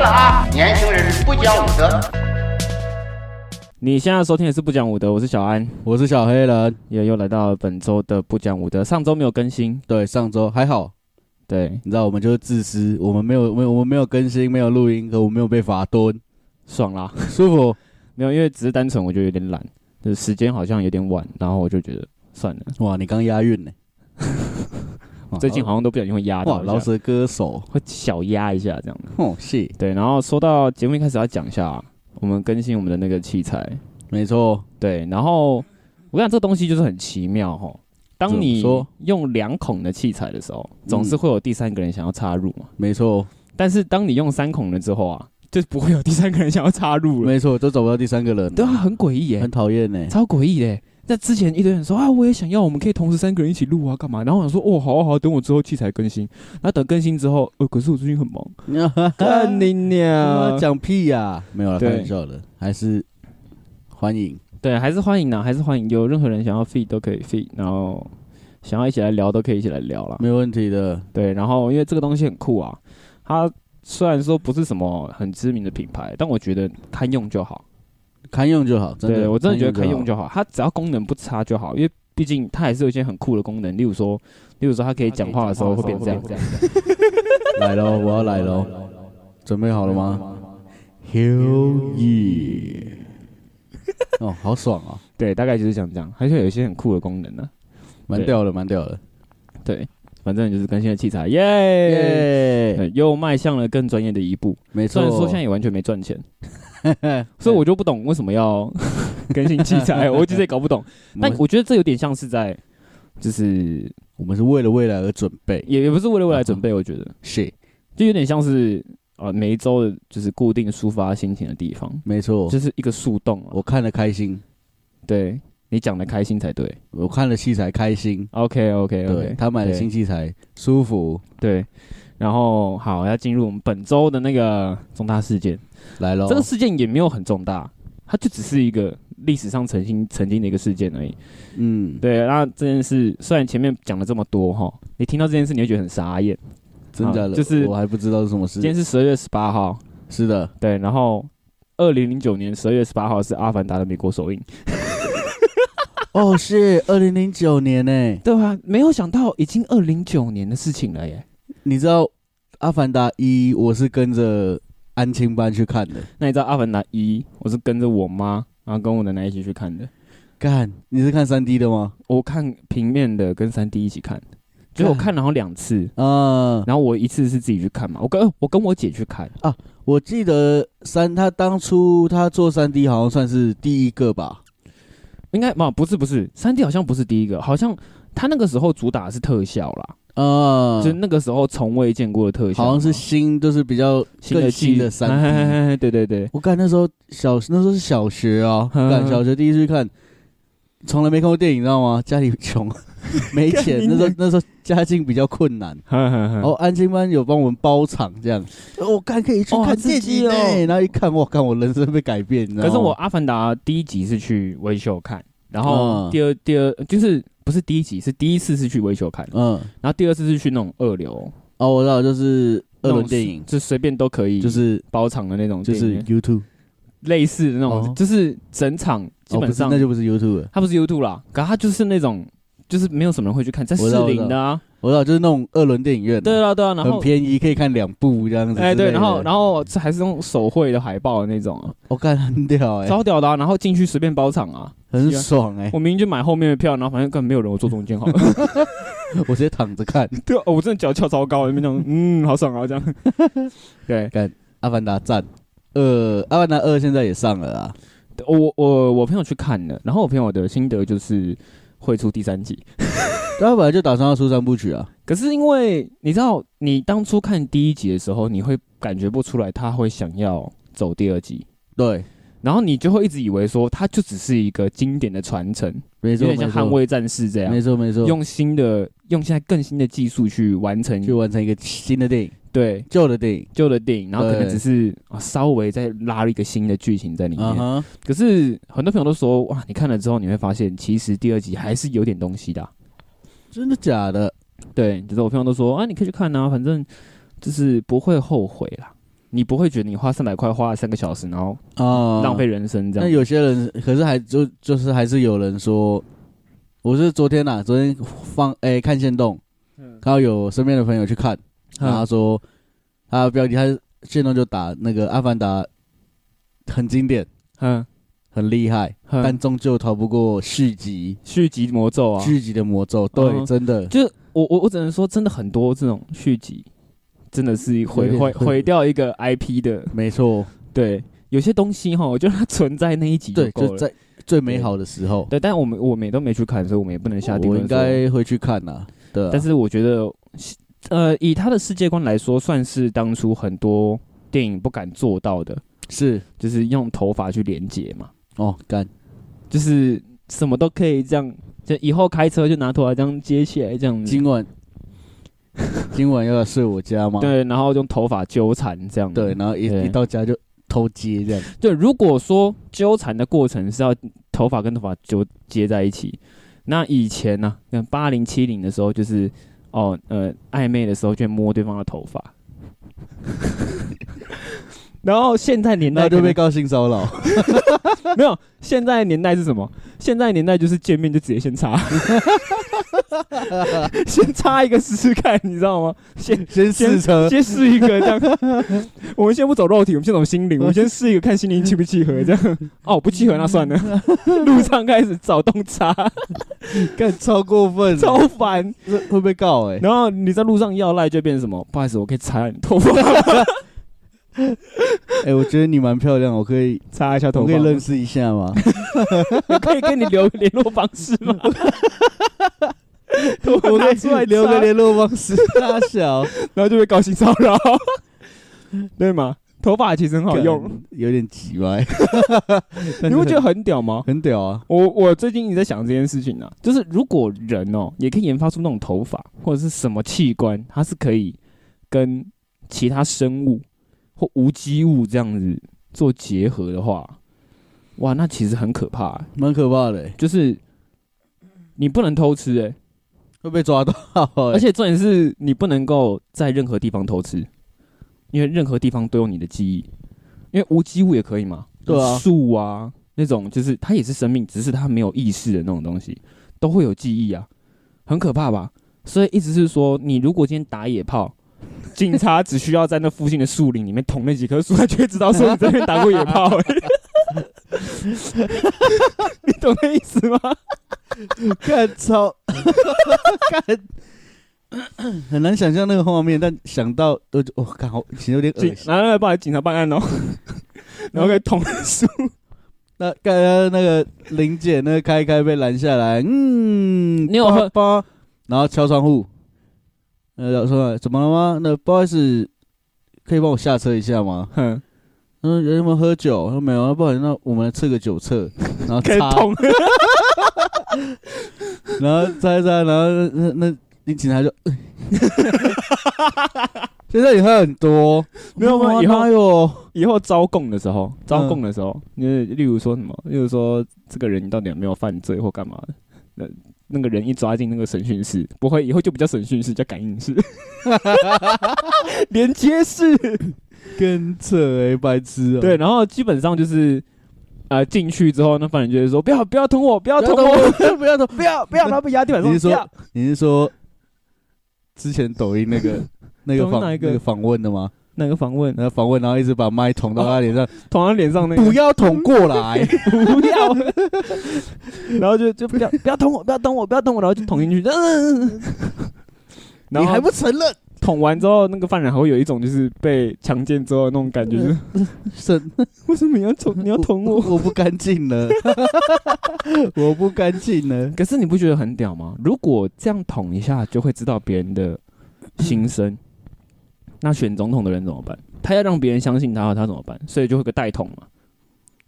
了啊！年轻人不讲武德。你现在收听的是不讲武德，我是小安，我是小黑人。也又来到了本周的不讲武德。上周没有更新，对，上周还好，对，你知道我们就是自私，我们没有没有我们没有更新，没有录音，可我们没有被罚蹲， 爽啦，舒服。没有，因为只是单纯我就有点懒，就是时间好像有点晚，然后我就觉得算了，哇，你刚押韵呢。哇 最近好像都不小心会压哇，到一下，饶舌歌手，会小压一下这样。哦，是，对，然后说到节目一开始要讲一下啊，我们更新我们的那个器材，没错，对，然后我想这东西就是很奇妙哈。怎当么你说用两孔的器材的时候，总是会有第三个人想要插入嘛。没错，但是当你用三孔了之后啊，就不会有第三个人想要插入了。没错，都找不到第三个 人，对啊，，很诡异耶很，讨厌呢。超诡异的。那之前一堆人说啊，我也想要，我们可以同时三个人一起录啊，干嘛？然后我想说，哦，好啊好啊，等我之后器材更新。那等更新之后，呃，可是我最近很忙，干你啊娘！讲屁呀，没有了，开对玩笑的，还是欢迎。对，还是欢迎啊呢，还是欢迎，有任何人想要 feed 都可以 feed，然后想要一起来聊都可以一起来聊啦。没有问题的，对，然后因为这个东西很酷啊，它虽然说不是什么很知名的品牌，但我觉得堪用就好。堪用就好，真对的，我真的觉得堪用就就好，它只要功能不差就好，因为毕竟它还是有一些很酷的功能，例如说，例如说它可以讲话的时候会变这样这样。好来喽，我要来喽，准备好了吗？Hell yeah！哦，好爽啊，对，大概就是像这样，还是有一些很酷的功能呢、蛮对屌的，蛮屌的，对，反正就是更新的器材，耶、耶！对又迈向了更专业的一步。没虽然错，说现在也完全没赚钱，所以我就不懂为什么要更新器材，我其实也搞不 懂。但 我我觉得这有点像是在，就是我们是为了未来而准备，也也不是为了未来准备，我觉得是，就有点像是呃每一周的就是固定抒发心情的地方，没错，就是一个树洞啊。我看了开心，对你讲的开心才对。我看了器材开心， OK OK 对 OK，他买了新器材，舒服，对。然后好，要进入我们本周的那个重大事件。来喽这，个事件也没有很重大，它就只是一个历史上曾经曾经的一个事件而已。嗯，对，那这件事虽然前面讲了这么多哈，你听到这件事你会觉得很傻眼。真假的，就是我还不知道是什么事今，天是十二月十八号，是的，对，然后二零零九年十二月十八号是《阿凡达》的美国首映，哦，是二零零九年呢。对啊，没有想到已经二零九年的事情了耶。你知道《阿凡达一》，我是跟着安亲班去看的。那你知道《阿凡达一》，我是跟着我妈，然后跟我奶奶一起去看的。干，你是看三 D 的吗？我看平面的跟三 D 一起看，就是我看了好像两次，啊、然后我一次是自己去看嘛，我跟我跟我姐去看，我记得三，他当初他做三 D 好像算是第一个吧。应该嘛不是不是，三 D 好像不是第一个，好像他那个时候主打的是特效啦，啊、就是那个时候从未见过的特效嘛，好像是新，就是比较更新技的三 D。对对对，我干那时候小，那时候是小学啊，嗯干小学第一次去看，从来没看过电影，你知道吗？家里穷，没钱，那时候那时候家境比较困难。然后哦，安心班有帮我们包场，这样，呃我看可以去哦好看刺电激影哦欸然后一看，我看我人生被改变，你知道可吗？是我《阿凡达》第一集是去维修看，然后嗯第二第二就是不是第一集是第一次是去维修看，嗯，然后第二次是去那种二流哦，我知道，就是二轮电影，就随便都可以，就是包场的那种就电影是院， YouTube，类似的那哦种，就是整场基哦，不本是，上那就不是 YouTube，了它不是 YouTube 啦，可它就是那种。就是没有什么人会去看，在我适知道龄的啊，我知道，就是那种二轮电影院，对，啊对啊，然很后便宜，可以看两部这样子。哎对，然后后然后这还是用手绘的海报的那种啊，我看哦很屌哎，超屌的啊，然后进去随便包场啊，很爽哎，我明明就买后面的票，然后反正根本没有人，我坐中间好 了。我直接躺着看，对、啊，我真的脚翘超高，我那边讲，嗯，好爽啊，这 样。对， 《阿凡达》赞。呃，《阿凡达二》现在也上了啊，我我我朋友去看了，然后我朋友的心得就是会出第三集，他本来就打算要出三部曲啊，可是因为你知道，你当初看第一集的时候，你会感觉不出来他会想要走第二集。对，然后你就会一直以为说，它就只是一个经典的传承，没有错，点像没《捍错，卫战士》这样没，错，没错，用新的、用现在更新的技术去完成去完成一个新的电影，对旧的电影。旧的电影，然后可能对只是啊稍微再拉一个新的剧情在里面。嗯哼，可是很多朋友都说，哇，你看了之后你会发现，其实第二集还是有点东西的啊、真的假的？对，就是我朋友都说，啊，你可以去看啊，反正就是不会后悔啦。你不会觉得你花三百块花了三个小时，然后啊，浪费人生这那样。有些人可是还就就是还是有人说，我是昨天啊呐，昨天放哎、看线动，刚好有身边的朋友去看，嗯然啊后他说他的标题他线动就打那个《阿凡达》很经典，嗯，很厉害，嗯但终究逃不过续集续集魔咒啊，续集的魔咒。对，嗯真的就是我我我只能说，真的很多这种续集，真的是有毁点毁会毁掉一个 IP 的。没错，对，有些东西哈，我觉得它存在那一集对，够就了。在最美好的时候，对，但我们我们也都没去看，所以我们也不能下定我论说。应该会去看呐。对啊，但是我觉得，呃，以他的世界观来说，算是当初很多电影不敢做到的，是就是用头发去连接嘛，哦，干就是什么都可以这样，就以后开车就拿头发这样接起来这样子，今晚今晚要来睡我家吗？对，然后用头发纠缠这样。对，然后一对一到家就偷接这样，对，如果说纠缠的过程是要头发跟头发纠接在一起，那以前呢、那八零七零的时候就是。哦，呃，暧昧的时候就摸对方的头发， 然后现在年然代后就可能被告性骚扰。 没有，现在年代是什么？现在年代就是见面就直接先插， 先插一个试试看，你知道吗？先先试车，先试一个这样。我们先不走肉体，我们先走心灵，我们先试一个看心灵契不契合这样。哦，不契合那算了。路上开始找洞插，嗯 干超过分，超烦。这会被告哎。然后你在路上要赖就变成什么？不好意思，我可以擦你头发， 哎，我觉得你蛮漂亮，我可以，擦一下头我发可吗。以认识一下吗？我可以跟你留联络方式吗？我我可拿以出来啊留插个联络方式，大 小 然后就被高薪骚扰，对吗？头发其实很好用，干有点急歪。但你是会觉得很很屌吗？很屌啊？我我最近一直在想这件事情呢、啊，就是如果人哦也可以研发出那种头发或者是什么器官，它是可以跟其他生物或无机物这样子做结合的话，哇，那其实很可怕欸、蛮可怕的欸，就是你不能偷吃诶、欸会被抓到欸。而且重点是你不能够在任何地方偷吃，因为任何地方都有你的记忆，因为无机物也可以嘛，对啊树啊那种就是它也是生命，只是它没有意识的那种东西，都会有记忆啊，很可怕吧？所以一直是说，你如果今天打野炮。警察只需要在那附近的树林里面捅那几棵树，他就会知道说你这边打过野炮、欸 你懂那意思吗？干 超干，很难想象那个画面，但想到都我靠，好其实有点恶警心。拿来把警察办案哦，然后给捅 树，那刚刚那个林姐那个开开被拦下来，嗯，你有喝爸爸然后敲窗户，呃，说怎么了吗？那不好意思，可以帮我下车一下吗？哼，嗯，有没有喝酒？他说没有，啊那不好意思，那我们来测个酒测，然后可以擦，捅，然后擦一擦，然后那那那警察就，现在你喝很多，没有哇以后妈哟，以后招供的时候，招供的时候，就是例如说什么，例如说这个人你到底有没有犯罪或干嘛的，那那个人一抓进那个审讯室，不会以后就不叫审讯室，叫感应室， 连接室。跟扯哎、白痴哦、对，，然后基本上就是。呃，进去之后，那犯人就会说：“不要，不要捅我，不要不要捅捅我，我，不要捅，不要，不要！”然后被压地板上。你是说不要你是说之前抖音 那个那个抖音访哪那一个个访问的吗？哪个访问？那访问然后一直把麦捅到他脸上，捅到脸上那个？不要捅过来，不要，然后就就 不要不要捅我，不要捅我，不要捅我，然后就捅进去，嗯， 然后你还不承认？捅完之后，那个犯人还会有一种就是被强奸之后的那种感觉， 就是是为什么你要捅你要捅我？我不干净了， 我不干 净了。可是你不觉得很屌吗？如果这样捅一下，就会知道别人的心声。那选总统的人怎么办？他要让别人相信他，他怎么办？所以就会有个代捅嘛，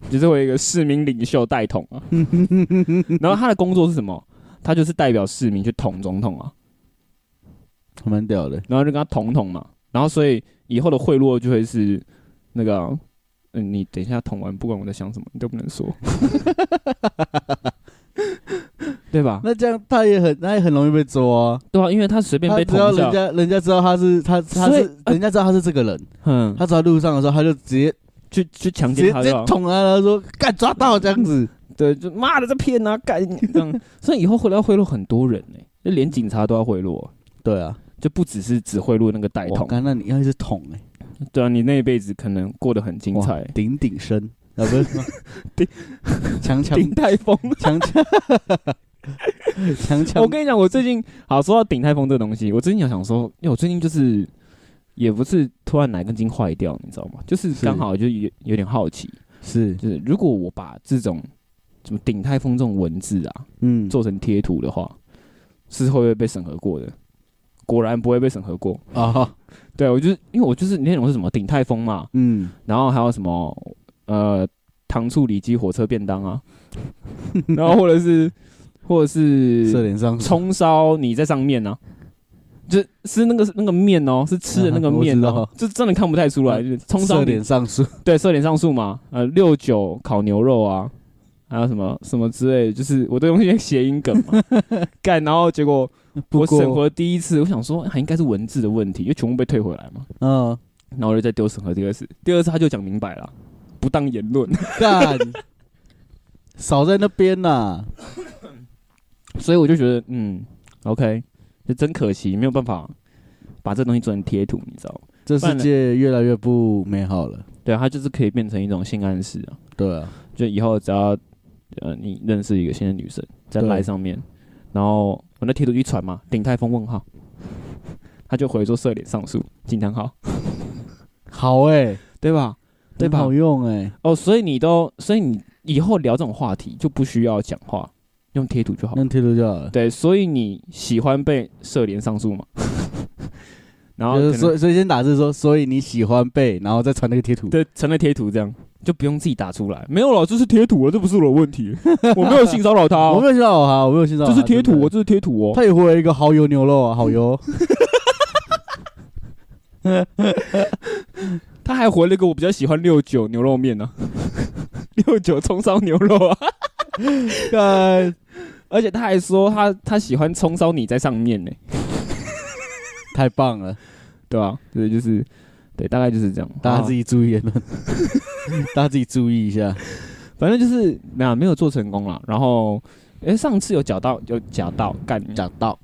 就是会有一个市民领袖代捅啊。然后他的工作是什么？他就是代表市民去捅总统啊，蛮屌的，然后就跟他捅捅嘛。然后所以以后的贿赂就会是那个啊、嗯，你等一下捅完，不管我在想什么，你都不能说。对吧？那这样他也很，他也很容易被抓啊。对啊，因为他随便他被只捅要一人下，家人家知道他是他他所以呃是人家知道他是这个人，嗯，他走在路上的时候，他就直接去去强直奸接他直就接好，捅他，然后说干抓到这样子。对，就妈的这骗啊，干你这样，所以以后回来要贿赂很多人呢、就连警察都要贿赂，对啊，就不只是只贿赂那个歹哇童，干那你要一直捅哎，对啊，你那一辈子可能过得很精哇彩，顶顶身啊 不是顶强强顶泰丰。强强强 强，我跟你讲，我最近好说到顶泰丰这东西，我最近有想说，因为我最近就是也不是突然哪根筋坏掉，你知道吗？就是是刚好就有有点好奇，是就是如果我把这种什么顶泰丰这种文字啊嗯做成贴图的话，是会不会被审核过的？果然不会被审核过。啊对我就是因为我就是那种是什么顶泰丰嘛，嗯然后还有什么呃糖醋里脊火车便当 啊，然后或者是或者是射脸上葱烧你在上面呢、就是是那个那个面哦，是吃的那个面嗯 我啊哦，就真的看不太出来。就是葱烧射你脸上树，对射脸上树嘛，呃，六九烤牛肉啊，还有什么什么之类的，就是我都用一些谐音梗 嘛，干，然后结果我不过审核第一次，我想说哎还应该是文字的问题，因为全部被退回来嘛，嗯然后我就再丢审核第二次，第二次他就讲明白了，不当言论，干， 少在那边呐， 所以我就觉得嗯，OK，就真可惜，没有办法把这东西做成贴图，你知道吗？这不然世呢界越来越不美好了。对，啊它就是可以变成一种性暗示啊。对啊，就以后只要呃你认识一个新的女生，在对 line 上面，然后我那贴图一传嘛，顶泰丰问号， 他就回说射脸上树惊叹号，好哎、对吧？对很吧好？用哎、哦，所以你都，所以你以后聊这种话题就不需要讲话，用贴图就好。用贴图就好了。对，所以你喜欢被射脸上树嘛？ 然后可就是能所以所以先打字说，所以你喜欢背，然后再传那个贴图。对，成了贴图这样，就不用自己打出来。没有了，这是贴图了，啊这不是我的问题，我没有性骚扰他、啊 我没有欣赏他，我没有欣赏哦这他。是贴图，真哦，的这是贴图哦。他也回了一个蚝油牛肉啊，好油。他还回了一个我比较喜欢六九牛肉面呢、 六九葱烧牛肉啊。 呃干而且他还说他他喜欢葱烧你在上面呢，太棒了，对吧、对，就是对，大概就是这样。啊大家自己己注意言哦论， 大家自己注意一下。反正就是没有没有做成功了。然后，哎，上次有讲到有讲到干，讲到，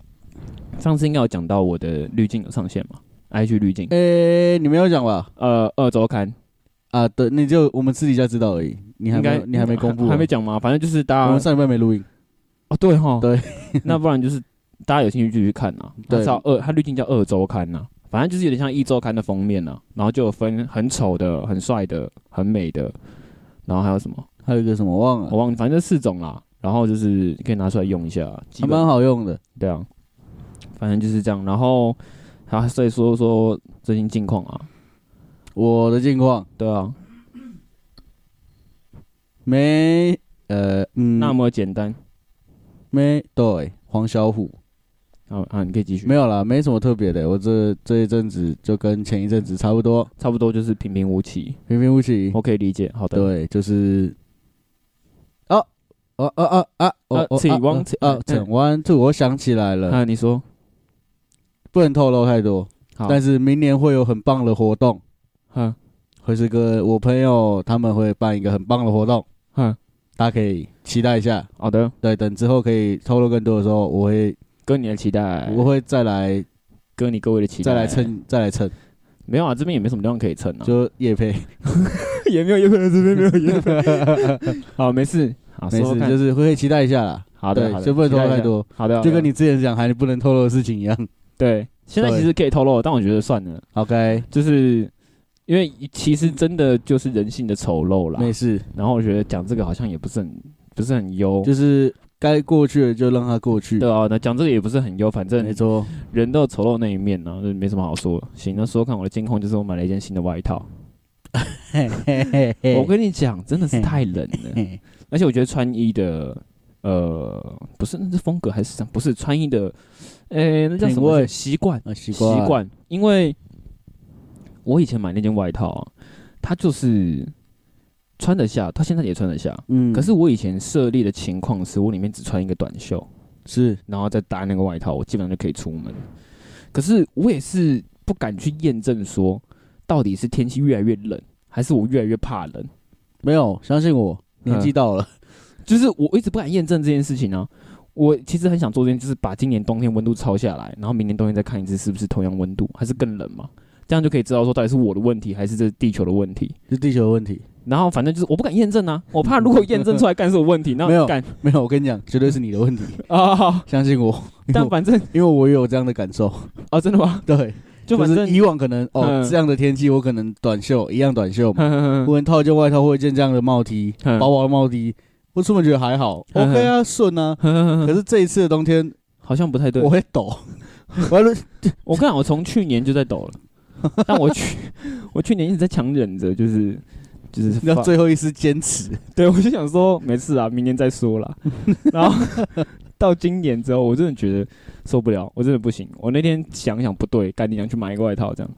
上次应该有讲到我的滤镜有上线嘛？IG 滤镜，诶，你没有讲吧？呃，二周刊。啊，对，你就我们私底下知道而已。你还应没该有，你还没公布啊，还没讲吗？啊反正就是我大们家上礼拜没录音。哦，对哈，对， 那不然就是大家有兴趣就去看呐、它对叫二，它滤镜叫二周刊呐、反正就是有点像一周刊的封面呐、然后就有分很丑的、很帅的、很美的，然后还有什么还有一个什么忘哦我了，忘，了，反正就四种啦。然后就是可以拿出来用一下，基还本蛮好用的。对啊，反正就是这样。然后，然后所以说说最近近况啊，我的近况对啊，没，呃，嗯，那么简单。没对黄小虎。啊啊，你可以继续，没有啦，没什么特别的。我这这一阵子就跟前一阵子差不多，差不多就是平平无奇，平平无奇。我可以理解。好的，对，就是，哦哦哦哦啊，哦呃哦请啊汪啊请哎啊，请汪兔，我想起来了，啊，你说，不能透露太多，好，但是明年会有很棒的活动，哼会是个我朋友他们会办一个很棒的活动，哼，大家可以期待一下。好的，对，等之后可以透露更多的时候，我会跟你的期待，我会再来跟你各位的哎期待，再来，蹭再来蹭，没有啊，这边也没什么地方可以蹭 啊，就叶配。也没有，也可能这边没有也没有好，没事，好，没说事说，看就是会期待一下啦。好的，对好的就不能透露期待一下太多，好的，好的就跟你之前讲还不能透露的事情一样。对，现在对其实可以透露，但我觉得算了， OK，就是。因为其实真的就是人性的丑陋啦，没事，然后我觉得讲这个好像也不是很不是很优，就是该过去的就让它过去。对啊，那讲这个也不是很优，反正没错，人都有丑陋那一面呢、啊，就没什么好说的。行，那说看我的监控，就是我买了一件新的外套，嘿嘿嘿嘿 我跟你讲，真的是太冷了，嘿而且我觉得穿衣的，呃，不是那是风格还是什么不是穿衣的，呃、那叫什品么味习惯？ 啊习习惯，惯，因为我以前买那件外套啊，它就是穿得下，到现在也穿得下。嗯可是我以前设立的情况是我里面只穿一个短袖，是然后再搭那个外套，我基本上就可以出门。可是我也是不敢去验证说，到底是天气越来越冷，还是我越来越怕冷。没有，相信我，年纪到了，就是我一直不敢验证这件事情啊。我其实很想做这件，就是把今年冬天温度抄下来，然后明年冬天再看一次是不是同样温度，还是更冷嘛？这样就可以知道说到底是我的问题，还是这地球的问题。是地球的问题。 然后反正就是我不敢验证啊，我怕如果验证出来干是我问题， 那没有敢没有，我跟你讲，绝对是你的问题，啊、好相信我。因 为但我反正因为我也有这样的感受，啊、真的吗？对， 就反是正以往可能哦嗯这样的天气，我可能短袖一样短袖嘛，哼我能套一件外套或一件这样的帽 T，嗯 薄薄的帽 T，我出门觉得还好嗯，OK 啊，顺啊。哼可哼是这一次的冬天，好像不太对 我。会抖， 我要我看啊我从去年就在抖了，但我去 我去年一直在强忍着，就是就是要发最后一丝坚持。 对，我就想说没事啊，明年再说 啦。然后到今年之后，我真的觉得受不了，我真的不行。我那天想想不对，赶紧想去买一个外套 这样。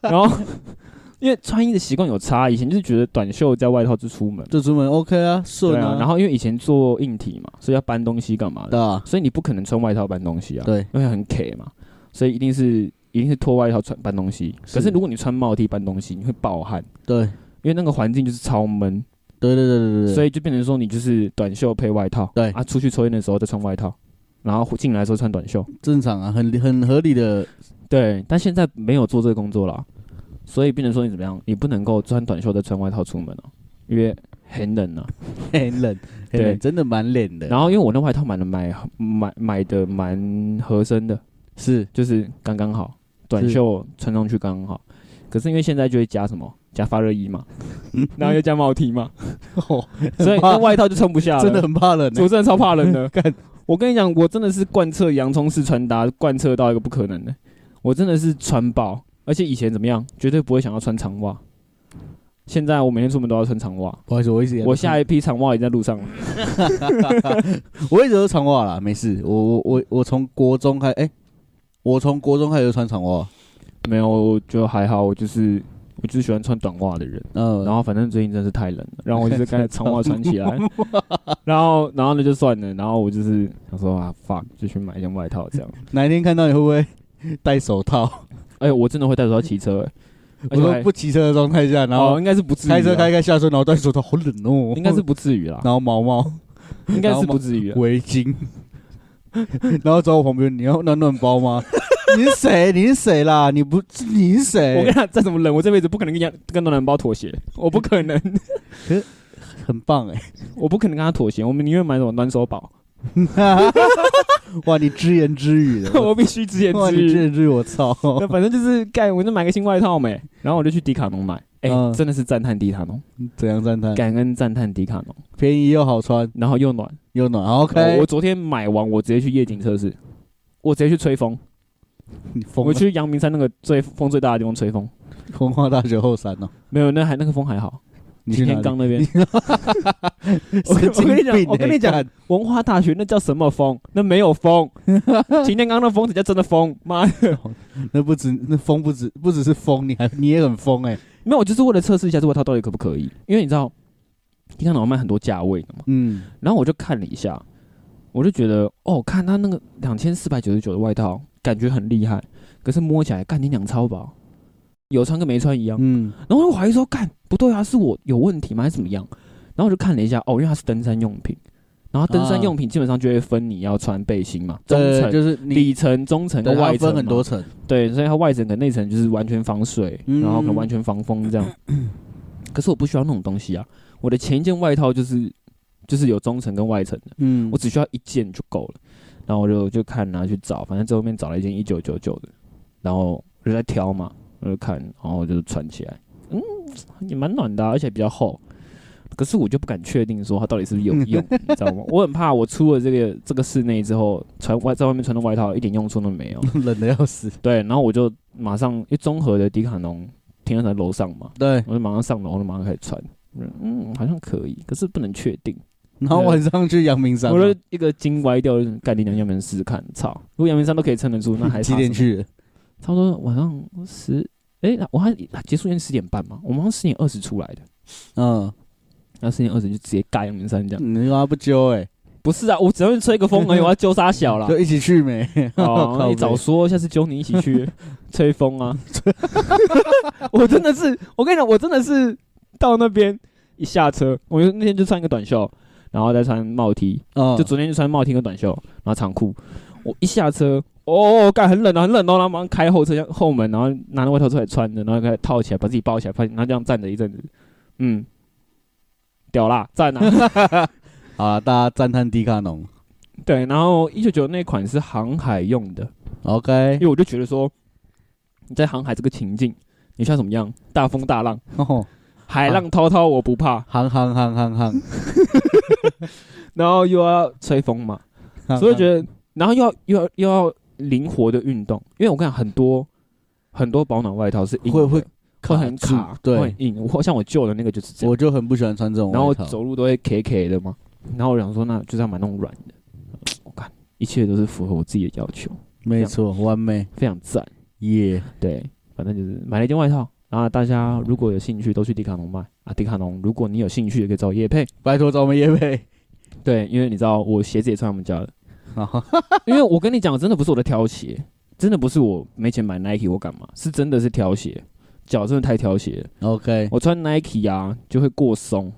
然后因为穿衣的习惯有差，以前就是觉得短袖加外套就出门，就出门 OK 啊，顺对啊。然后后因为以前做硬体嘛，所以要搬东西干嘛对的，啊，所以你不可能穿外套搬东西啊，对，因为很 K 嘛，所以一定是一定是脱外套穿搬东西。是可是如果你穿帽 T 搬东西，你会暴汗，对，因为那个环境就是超闷。对对对对对，所以以就变成说你就是短袖配外套，对啊，出去抽烟的时候再穿外套，然后进来的时候穿短袖，正常啊，很很合理的，对。但现在没有做这个工作了，所以变成说你怎么样，你不能够穿短袖再穿外套出门哦、因为很冷啊。 很冷，很对冷，真的蛮冷的。然后因为我那外套买的买买买的蛮合身的，是就是刚刚好，短袖穿上去刚刚好。可是因为现在就会加什么加发热衣 嘛，然后又加帽 T 嘛，哦，所以很怕那外套就穿不下了， 真的很怕冷欸，。我真的超怕冷 的干我跟你讲，我真的是贯彻洋葱式穿搭，贯彻到一个不可能的。我真的是穿爆，而且以前怎么样，绝对不会想要穿长袜。现在我每天出门都要穿长袜， 不好意思，我一直我下一批长袜已经在路上了。 我一直都穿袜啦，没事。我我我我从国中开，哎，我从国中开始就穿长袜，没有，我就还好，我就是我就是喜欢穿短袜的人。嗯，然后反正最近真的是太冷了，然后我就是刚才长袜穿起 来，然后然后那就算了，然后我就是想说啊 fuck，就去买一件外套这样。哪一天看到你会不会戴手套？哎、我真的会带手套骑车、欸，我而且我说还不骑车的状态下，然哦后应该是不至于啊，开车开开下车，然后戴手套，好冷 哦，应该是，不至于啦， 然后毛毛应该是不至于啊。围巾， 然后走我旁边，你要暖暖包吗？ 你是谁？你是谁啦？你不，你是我跟谁？他再怎么冷，我这辈子不可能跟杨跟暖暖包妥协， 我不可能，很 棒哎、我不可能跟他妥协。我们宁愿买什么暖手宝， 哇，你只言只语的， 我必须直言 哇，自你只语。言只语，我操！那反正就是盖，我就买个新外套没，然后我就去迪卡侬买。哎、嗯真的是赞叹迪卡侬， 怎样赞叹？感恩赞叹迪卡侬，便宜又好穿然后又暖。又暖，OK、呃 o 我 k 昨天买完，我直接去夜景测试，我直接去吹风，你疯我了，去阳明山那个最风最大的地方吹风。文化大学后山哦、没有，那还那个风还好，你去擎天哪里？岗那边。 我 神经我跟你病、欸讲我跟你讲干文化大学那叫什么风？那没有 风，擎天岗那风才叫真的风。妈的，那不止那风不止不只是风，你还你也很疯哎、没有，我就是为了测试一下这外套到底可不可以，因为你知道，你看我卖很多价位的嘛，嗯，然后我就看了一下，我就觉得哦，看他那个两千四百九十九的外套，感觉很厉害，可是摸起来干你娘超薄，有穿跟没穿一样。嗯，然后我怀疑说，干不对啊，是我有问题吗？还是怎么样？然后我就看了一下，哦，因为它是登山用品，然后登山啊用品基本上就会分你要穿背心嘛，中对，层、就是你底层、中层对跟它外层分嘛很多层，对，所以它外层跟内层就是完全防水，嗯然后可能完全防风 这样。可是我不需要那种东西啊，我的前一件外套就是就是有中层跟外层的，嗯我只需要一件就够了。然后我就就看啊去找，反正最后面找了一件一九九九的，然后我就在挑嘛，我就看，然后我就穿起来，嗯，也蛮暖的啊、而且比较厚。可是我就不敢确定说它到底是不是有用，你知道吗？我很怕我出了这个这个室内之后，穿外在外面穿的外套一点用处都没有。嗯 冷的要死。对，然后我就马上，因为综合的迪卡侬停在楼上嘛，对，我就马上上楼，我就马上开始穿。嗯，好像可以，可是不能确定。 然后晚上去阳明山吗，我就一个筋歪掉，就是干你娘，要不然试试看。操，如果阳明山都可以撑得住，那还 几差点什么？去？差不多晚上十，哎、我还结束宴十点半嘛，我们好像十点二十出来的，嗯，然后十点二十就直接盖阳明山这样。你他妈不揪哎、不是啊，我只会吹个风 而已，我要揪沙小啦。就一起去没？ 哦，那你早说，下次揪你一起去吹风啊！ 我真的是，我跟你讲，我真的是到那边一下车，我就那天就穿一个短袖，然后再穿帽 T，啊，就昨天就穿帽 T 跟短袖，然后长裤。我一下车，哦，干很冷啊，很冷哦，然后马上开后车厢后门，然后拿着外套出来穿着，然后开始套起来，把自己包起来，发现然后这样站着一阵子，嗯，屌啦，赞啊！好了，大家赞叹迪卡侬对，然后一九九那款是航海用的， ，OK 因为我就觉得说，你在航海这个情境，你像什么样？大风大浪，哦。海浪滔滔我不怕，行行行行行，然后又要吹风嘛，行 所以我觉得，然后又要又要又要灵活的运动，因为我看很多很多保暖外套是硬的会会会很卡住卡，对会很硬。我像我旧的那个就是这样，我就很不喜欢穿这种然后外我套走路都会 K K 的嘛，然后我想说，那就是要买那种软的，我看一切都是符合我自己的要求，没错，完美非常赞。耶！对，反正就是买了一件外套。然后大家如果有兴趣，都去迪卡侬买啊。迪卡侬，如果你有兴趣，也可以找叶配。拜托找我们叶配，对，因为你知道我鞋子也穿他们家的，好因为我跟你讲，真的不是我在挑鞋，真的不是我没钱买 Nike 我干嘛，是真的是挑鞋，脚真的太挑鞋了。 ，OK，我穿 Nike 啊就会过松，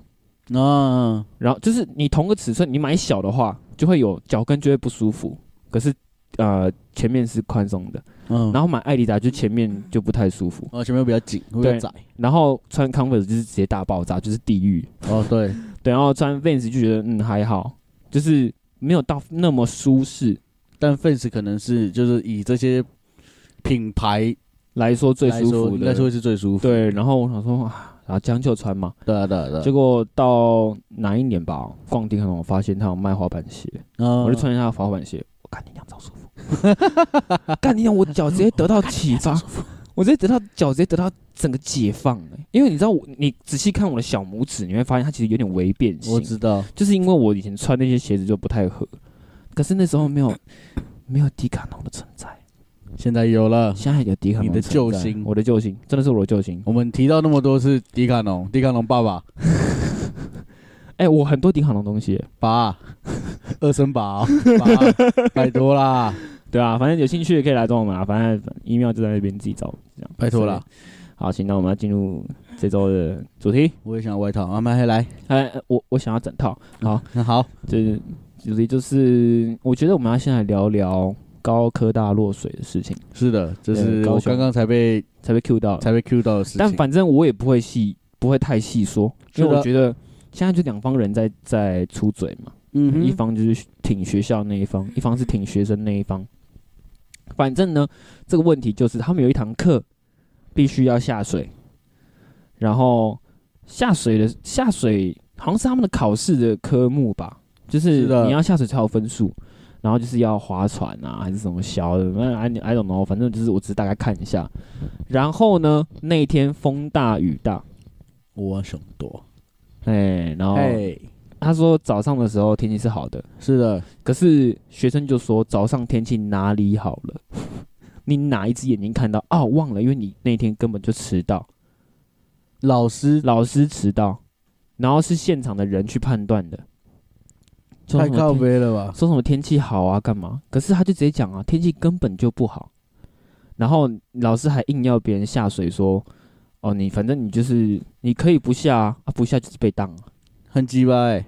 那然后就是你同个尺寸，你买小的话就会有脚跟就会不舒服，可是呃前面是宽松的，嗯，然后买艾迪达就前面就不太舒服，哦前面比较紧，会比较对窄，然后穿 Converse 就是直接大爆炸，就是地狱。哦对，对，然后穿 Vans 就觉得嗯还好，就是没有到那么舒适但 Face 可能是就是以这些品牌来说最来舒说，服应该的。是会是最舒服。对，然后我想说啊，然后将就穿嘛。对啊对啊对啊，结果到哪一年吧，逛迪卡侬，我发现他有卖滑板鞋，嗯我就穿一下滑板鞋，我干你娘超舒服， 干你娘我脚直接得到启 发，我直接得到脚直接得到整个解放、欸、因为你知道我，你仔细看我的小拇指，你会发现它其实有点微变形，我知道，就是因为我以前穿那些鞋子就不太合，可是那时候没 有没有迪卡侬的存在，现在有了。现在有迪卡侬你的存在救星我的救星，真的是我的救星。我们提到那么多是迪卡侬，迪卡侬爸爸哎、我很多迪卡侬东西，爸， 二声爸哦， 爸，拜托啦，对啊，反正有兴趣也可以来找我们啊，反正 email 就在那边自己找，这样拜托啦。好，行，那我们要进入这周的主题。我也想要外套，慢慢来。哎，我我想要整套。好，嗯好，这主题就是，我觉得我们要先来聊聊高科大落水的事情，是的，这对是高我雄刚刚才被才被 Q 到。才被 Q 到的事但情。反正我也不会细，不会太细说，因是为的我觉得现在就两方人在在出嘴嘛，嗯一方就是挺学校那一方，一方是挺学生那一方。反正呢，这个问题就是他们有一堂课必须要下水，然后下水的下水好像是他们的考试的科目吧，就是是的你要下水才有分数。然后就是要划船啊，还是什么小的，反正 I I don't know，反正就是我只是大概看一下。然后呢，那一天风大雨大，我想多。哎，然后哎，他说早上的时候天气是好的，是的，可是学生就说早上天气哪里好了？ 你哪一只眼睛看到？哦，忘了，因为你那天根本就迟到，老师老师迟到，然后是现场的人去判断的。说太什么靠天背了吧？说什么天气好啊，干嘛？可是他就直接讲啊，天气根本就不好。然后老师还硬要别人下水说，哦，你反正你就是你可以不下啊，啊不下就是被当、啊。很鸡巴哎！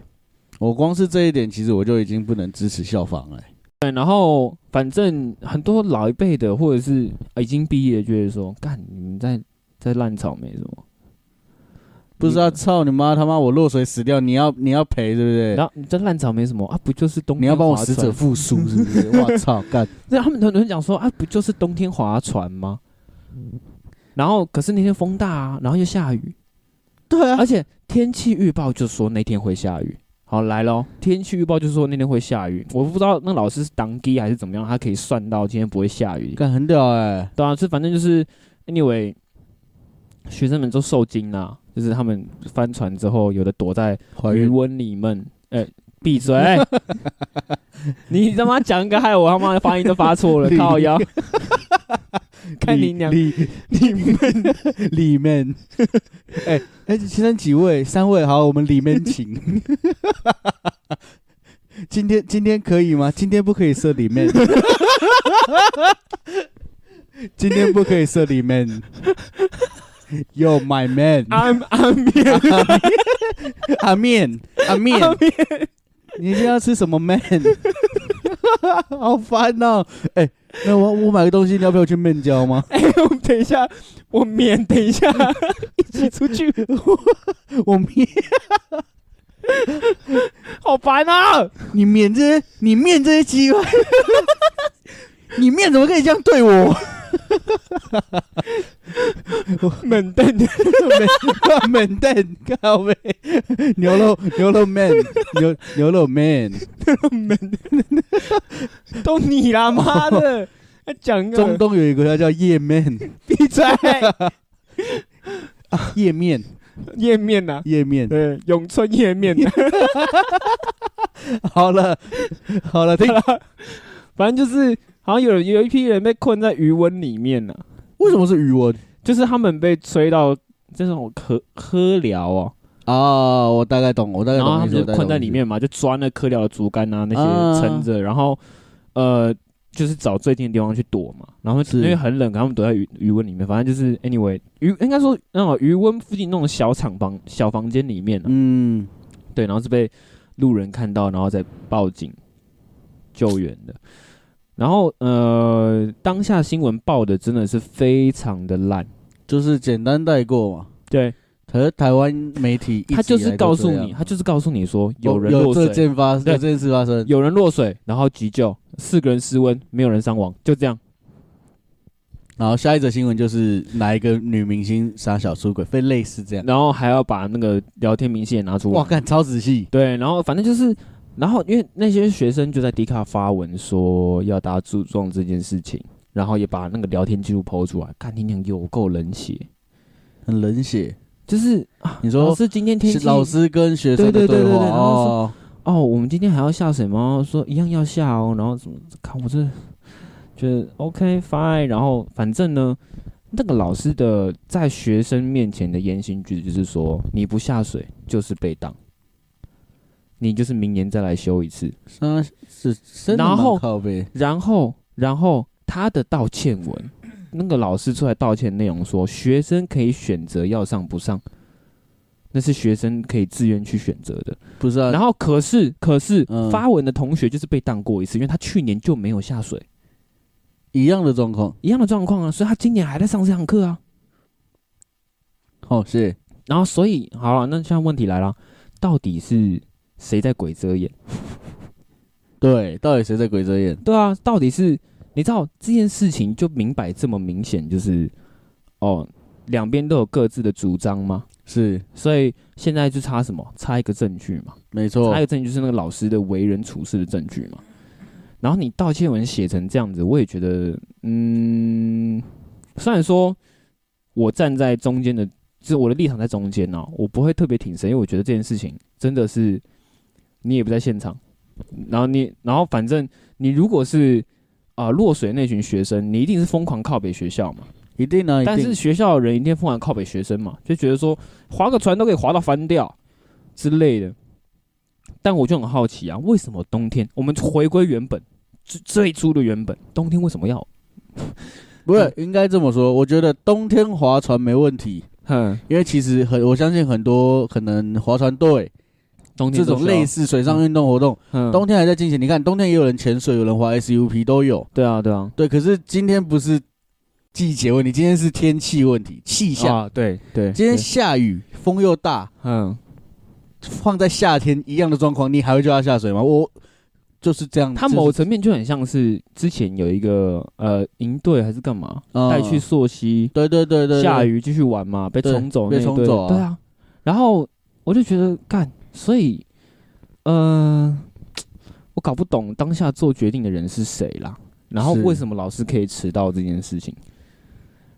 我光是这一点，其实我就已经不能支持校方了欸。对，然后反正很多老一辈的或者是呃已经毕业的，就会说，干你们在在烂草莓什么？不知道，操你妈！他妈我落水死掉，你要你要赔对不对？然后你在烂草莓什么啊？不就是冬天你要帮我划死者船复苏是不是？ 我操，干！那他们很多人讲说啊，不就是冬天划船吗？然后可是那天风大啊，然后又下雨，对啊而，且天气预报就说那天会下雨。好来咯，天气预报就说那天会下雨。我不知道那老师是当机还是怎么样，他可以算到今天不会下雨。干很屌哎！对啊，是反正就是 anyway，学生们都受惊啦，就是他们翻船之后，有的躲在怀余孕温里面，哎、闭嘴！ 你他妈讲一个害我他妈的发音都发错 了，你靠腰！看你娘！里里面 里面，哎 哎，先生几位？三位，好，我们里面请。今天今天可以吗？今天不可以射 里面。今天不可以射里面。Yo, my man，阿阿面 阿面，阿面，你今天要吃什么面？ 好烦哦！哎、那我我买个东西，你要不要去面交 吗？哎，我们等一下，我免等一下一起出去，我面，好烦 啊！你面这些，你面这些鸡巴， 你面怎么可以这样对 我？猛瞪的，门蛋咖啡，牛肉牛肉面，牛牛肉面，猛的，都你啦，妈的！还讲个中东有一个国家叫页面，闭嘴，页面页面呐，页面。对，永春页 面呐，好了好了，听反正就是好像有有一批人被困在余温里面呐，为什么是语文就是他们被吹到这种科科聊哦，啊？我大概懂，我大概然懂后他意们思就我大概懂困在意思里面嘛，就钻了科聊的竹竿啊那啊些撑着，然后呃就是找最近的地方去躲嘛，然后是因为很冷，他们躲在余余温里面，反正就是 anyway 余应该说那种余温附近那种小厂房小房间里面、啊，嗯，对，然后是被路人看到，然后再报警救援的。然后呃，当下新闻报的真的是非常的烂，就是简单带过嘛。对可是台湾媒体一直以他来就都是这样哦告诉你，他就是告诉你说有人有落这水，件发有对这件事发生，有人落水，然后急救，四个人失温，没有人伤亡，就这样。然后下一则新闻就是哪一个女明星杀小出轨，非类似这样。然后还要把那个聊天明细也拿出哇，来，看超仔细，对，然后反正就是，然后因为那些学生就在迪卡发文说要大家注重这件事情，然后也把那个聊天记录抛出来，看你娘有够冷血。很冷血。就是啊你说老师今天天是气老师跟学生对的对对对对话然后说哦，哦，我们今天还要下水吗？说一样要下哦，然后怎么看我这觉得 OK fine，然后反正呢，那个老师的在学生面前的言行举止就是说，你不下水就是被当，你就是明年再来修一次，那是真的然后蛮靠背，然后然后他的道歉文。那个老师出来道歉，内容说学生可以选择要上不上，那是学生可以自愿去选择的。不是啊？然后可是可是、嗯发文的同学就是被当过一次，因为他去年就没有下水，一样的状况。一样的状况啊，所以他今年还在上这堂课啊。哦，是然后所以好了，那现在问题来了，到底是谁在鬼遮眼？对，到底谁在鬼遮眼？对啊，到底是你知道这件事情就明摆这么明显，就是哦，两边都有各自的主张吗？是所以现在就差什么？差一个证据嘛。没错还，有证据就是那个老师的为人处事的证据嘛。然后你道歉文写成这样子，我也觉得，嗯，虽然说我站在中间的，就是我的立场在中间呢、我不会特别挺谁，因为我觉得这件事情真的是你也不在现场，然后你，然后反正你如果是啊、落水那群学生，你一定是疯狂靠北学校嘛，一定啊，一但是定。学校的人一定疯狂靠北学生嘛，就觉得说划个船都可以划到翻掉之类的。但我就很好奇啊，为什么冬天我们回归原本最最初的原本，冬天为什么要？不是应该这么说？我觉得冬天划船没问题，哼，因为其实很，我相信很多可能划船队冬这天种类似，似水上运动活动，嗯，冬天还在进行。你看，冬天也有人潜水，有人划 SUP 都有。对啊，对啊，对，可是今天不是季节问题，今天是天气问题，气象。啊，对对，今天对下雨，风又大，嗯，放在夏天一样的状况，你还会叫他下水吗？我就是这样。它就是某层面就很像是之前有一个呃营队还是干嘛嗯带去溯溪，对对对对，下雨雨继续玩嘛，被对冲走那被一冲队走啊对啊。然后我就觉得干，所以，呃，我搞不懂当下做决定的人是谁啦。然后是为什么老师可以迟到这件事情？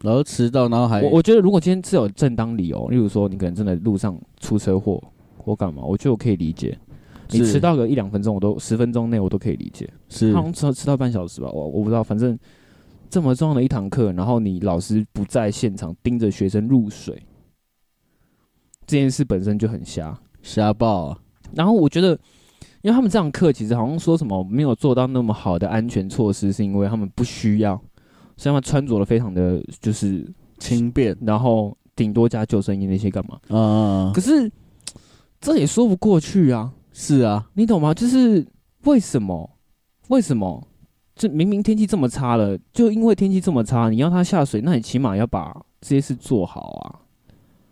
然后迟到，然后还我我觉得如果今天是有正当理由，例如说你可能真的路上出车祸或干嘛，我觉得我可以理解。你是迟到个一两分钟，我都十分钟内我都可以理解。是好像迟迟到半小时吧，我我不知道，反正这么重要的一堂课，然后你老师不在现场盯着学生入水，这件事本身就很瞎。瞎报啊、然后我觉得因为他们这堂课其实好像说什么没有做到那么好的安全措施，是因为他们不需要，所以他们穿着的非常的就是，轻便，然后顶多加救生衣那些干嘛？嗯，可是这也说不过去啊，是啊，你懂吗？就是为什么？为什么？这明明天气这么差了，就因为天气这么差，你要他下水，那你起码要把这些事做好啊。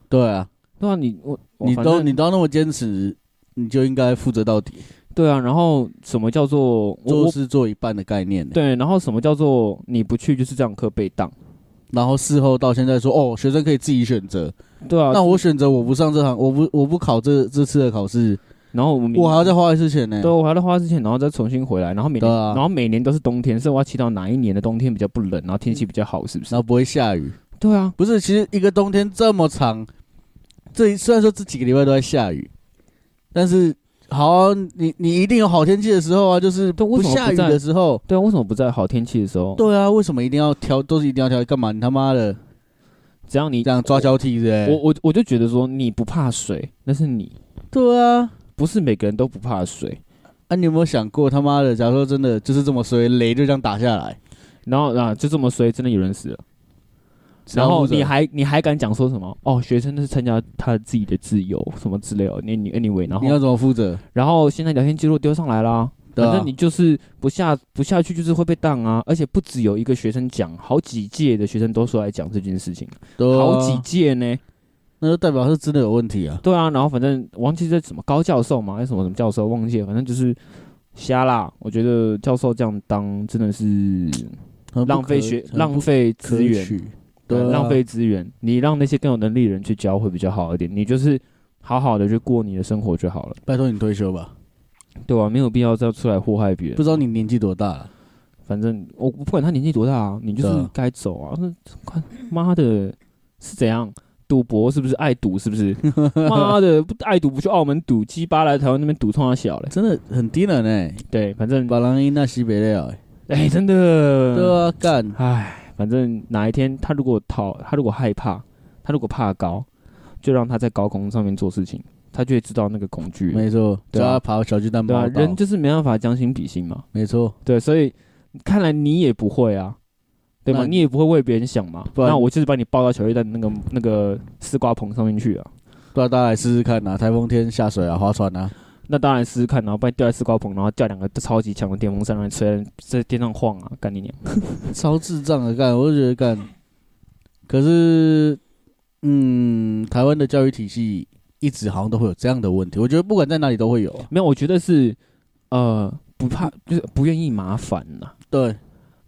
对啊，对啊，你我我你反都正你都那么坚持，你就应该负责到底，对啊，然后什么叫做我做我事做一半的概念呢。对，然后什么叫做你不去就是这堂课被当？然后事后到现在说，哦，学生可以自己选择，对啊，那我选择我不上这堂，我不我不考这这次的考试，然后我们我还要再花一次钱呢对，。我还要花之前，然后再重新回来，然后每年、对啊然后每年都是冬天，所以我要祈祷哪一年的冬天比较不冷，然后天气比较好，是不是？然后不会下雨，对啊，不是，其实一个冬天这么长，这虽然说这几个礼拜都在下雨，但是好啊、你你一定有好天气的时候啊，就是对不为什么不下雨在的时候。对啊，为什么不在好天气的时候？对啊，为什么一定要挑？都是一定要挑？干嘛？你他妈的只要你这样抓交替对不我对？我我就觉得说你不怕水，那是你，对啊，不是每个人都不怕水。啊，你有没有想过他妈的？假如说真的就是这么衰，雷就这样打下来，然后啊，就这么衰，真的有人死了。然后你还你还敢讲说什么？哦，学生那是参加他自己的自由什么之类的。你你 anyway，然你要后怎么负责？然后现在聊天记录丢上来啦，对反啊正你，就是不下不下去，就是会被当啊。而且不只有一个学生讲，好几届的学生都说来讲这件事情，对啊好几，届呢。那就代表是真的有问题啊。对啊，然后反正忘记这什么高教授嘛，还是什么什么教授忘记了，反正就是瞎啦。我觉得教授这样当真的是很不浪费可学很浪不费可资源，取，对啊，浪费资源。你让那些更有能力的人去教会比较好一点，你就是好好的去过你的生活就好了，拜托你退休吧，对吧、没有必要再出来祸害别人不。知道你年纪多大了。反正我不管他年纪多大啊，你就对是啊该走啊！那快妈的，是怎样？赌博是不是爱赌？是不是？妈的，不爱赌不去澳门赌，鸡巴来台湾那边赌，冲他小嘞。真的很低能哎、对，反正把狼一那西北料哎、哎、真的，对啊，干唉，反正哪一天他如果逃，他如果害怕，他如果怕高，就让他在高空上面做事情，他就会知道那个恐惧。没错，对叫啊他爬小巨蛋对啊，跑道，人就是没办法将心比心嘛。没错，对，所以看来你也不会啊，对吗？那你也不会为别人想嘛。不然那我就是把你抱到小巨蛋那个那个丝瓜棚上面去啊。不然大家来试试看啊，台风天下水啊，划船啊，那当然试试看，然后把你吊在丝瓜棚，然后叫两个超级强的电风扇让你吹在天上晃啊，干你娘！超智障的干，我就觉得干。可是，嗯，台湾的教育体系一直好像都会有这样的问题，我觉得不管在哪里都会有、啊。没有，我觉得是呃不怕，就是不愿意麻烦呐、对，